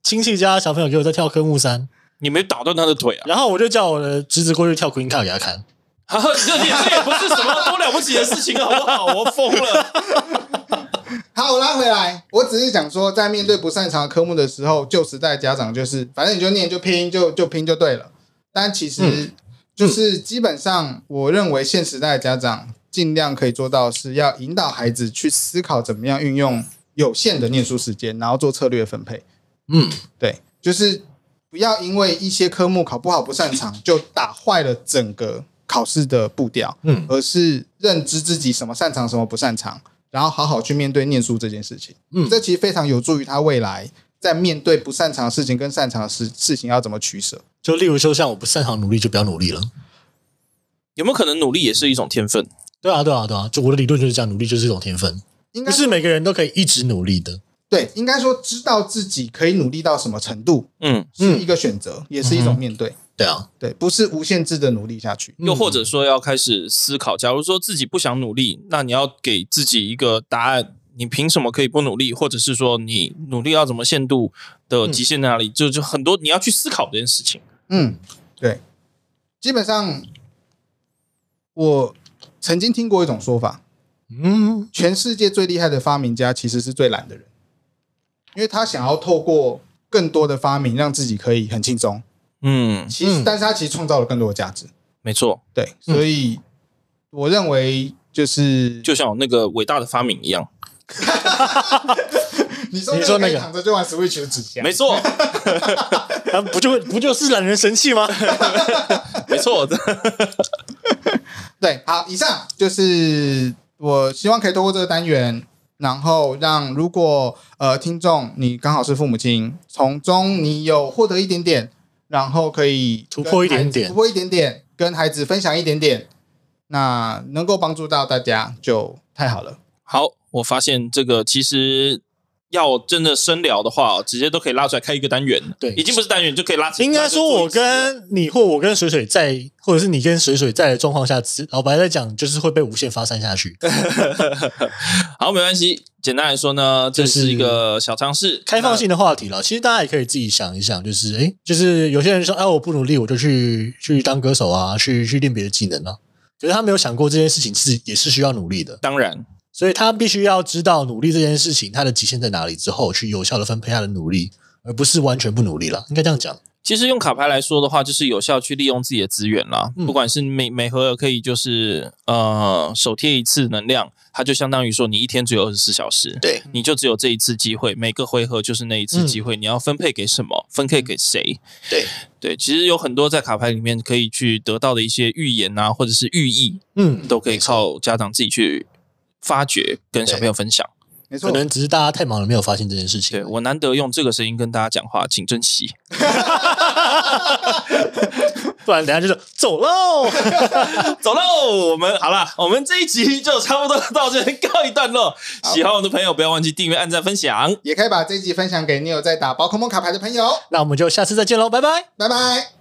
亲戚家小朋友给我在跳科目三，
你没打断他的腿啊？ <laughs>
然后我就叫我的侄子过去跳 Queen Card 给他看。
这这也这也不是什么多了不起的事情，好不好？我疯了， <laughs>
好，我拉回来，我只是想说，在面对不擅长的科目的时候，旧时代家长就是，反正你就念就拼就就拼就对了。但其
嗯
实就是基本上，我认为现时代的家长尽量可以做到是要引导孩子去思考怎么样运用有限的念书时间，然后做策略分配。
嗯，
对，就是不要因为一些科目考不好、不擅长，就打坏了整个考试的步调。
嗯
而是认知自己什么擅长、什么不擅长，然后好好去面对念书这件事情。
嗯
这其实非常有助于他未来在面对不擅长的事情跟擅长的事事情要怎么取舍。
就例如说像我不擅长努力，就不要努力了。
有没有可能努力也是一种天分？
对啊，对啊，对啊，就我的理论就是这样，努力就是一种天分，
应
不
该
是每个人都可以一直努力的。
对，应该说知道自己可以努力到什么程度
嗯，
是一个选择，也是一种面对。
对啊，
对，不是无限制的努力下去。
嗯
又或者说要开始思考，假如说自己不想努力，那你要给自己一个答案。你凭什么可以不努力？或者是说你努力要怎么限度
嗯
的极限在哪里？就就很多你要去思考这件事情。
嗯，对，基本上我曾经听过一种说法，
嗯，
全世界最厉害的发明家其实是最懒的人，因为他想要透过更多的发明让自己可以很轻松。
嗯，
其实，
嗯
但是他其实创造了更多的价值。
没错，
对，所以我认为就是
就像我那个伟大的发明一样，
你说
你说那
可以
个
躺着就玩 Switch 的纸箱
没，错，
啊，不就不就是懒人神器吗？
没错， <laughs>
对，好，以上就是我希望可以透过这个单元，然后让如果呃听众你刚好是父母亲，从中你有获得一点点，然后可以
突破一点
跟
点
孩子突破一点点，跟孩子分享一点点，那能够帮助到大家就太好了。
好，我发现这个其实要真的深聊的话，直接都可以拉出来开一个单元。
对
已经不是单元就可以拉起。
应该说，我
拉
跟你或我跟水水在，或者是你跟水水在的状况下，老白在讲，就是会被无限发散下去。
好，没关系。简单来说呢，这
就是
是一个小尝试，
开放性的话题了，其实大家也可以自己想一想，就是诶，就是有些人说，哎、我不努力，我就去去当歌手啊，去去练别的技能啊。可是他没有想过这件事情是也是需要努力的，
那。当然，
所以他必须要知道努力这件事情它的极限在哪里之后，去有效的分配他的努力，而不是完全不努力了。应该这样讲，
其实用卡牌来说的话，就是有效去利用自己的资源啦。
嗯
不管是每每盒可以就是呃手贴一次能量，它就相当于说你一天只有二十四小时，
对，
你就只有这一次机会，每个回合就是那一次机会，你要分配给什么，分配给谁？
嗯对，
对，其实有很多在卡牌里面可以去得到的一些预言啊，或者是寓意，
嗯，
都可以靠家长自己去发掘，跟小朋友分享。
没
可
错，
能只是大家太忙了，没有发现这件事情。
对我难得用这个声音跟大家讲话，请珍惜。
不然等下就是走喽。
走喽，我们好啦，我们这一集就差不多到这边告一段落。喜欢我的朋友，不要忘记订阅、按赞、分享。
也可以把这一集分享给你有在打宝可梦卡牌的朋友，
那我们就下次再见喽，拜拜。
拜拜。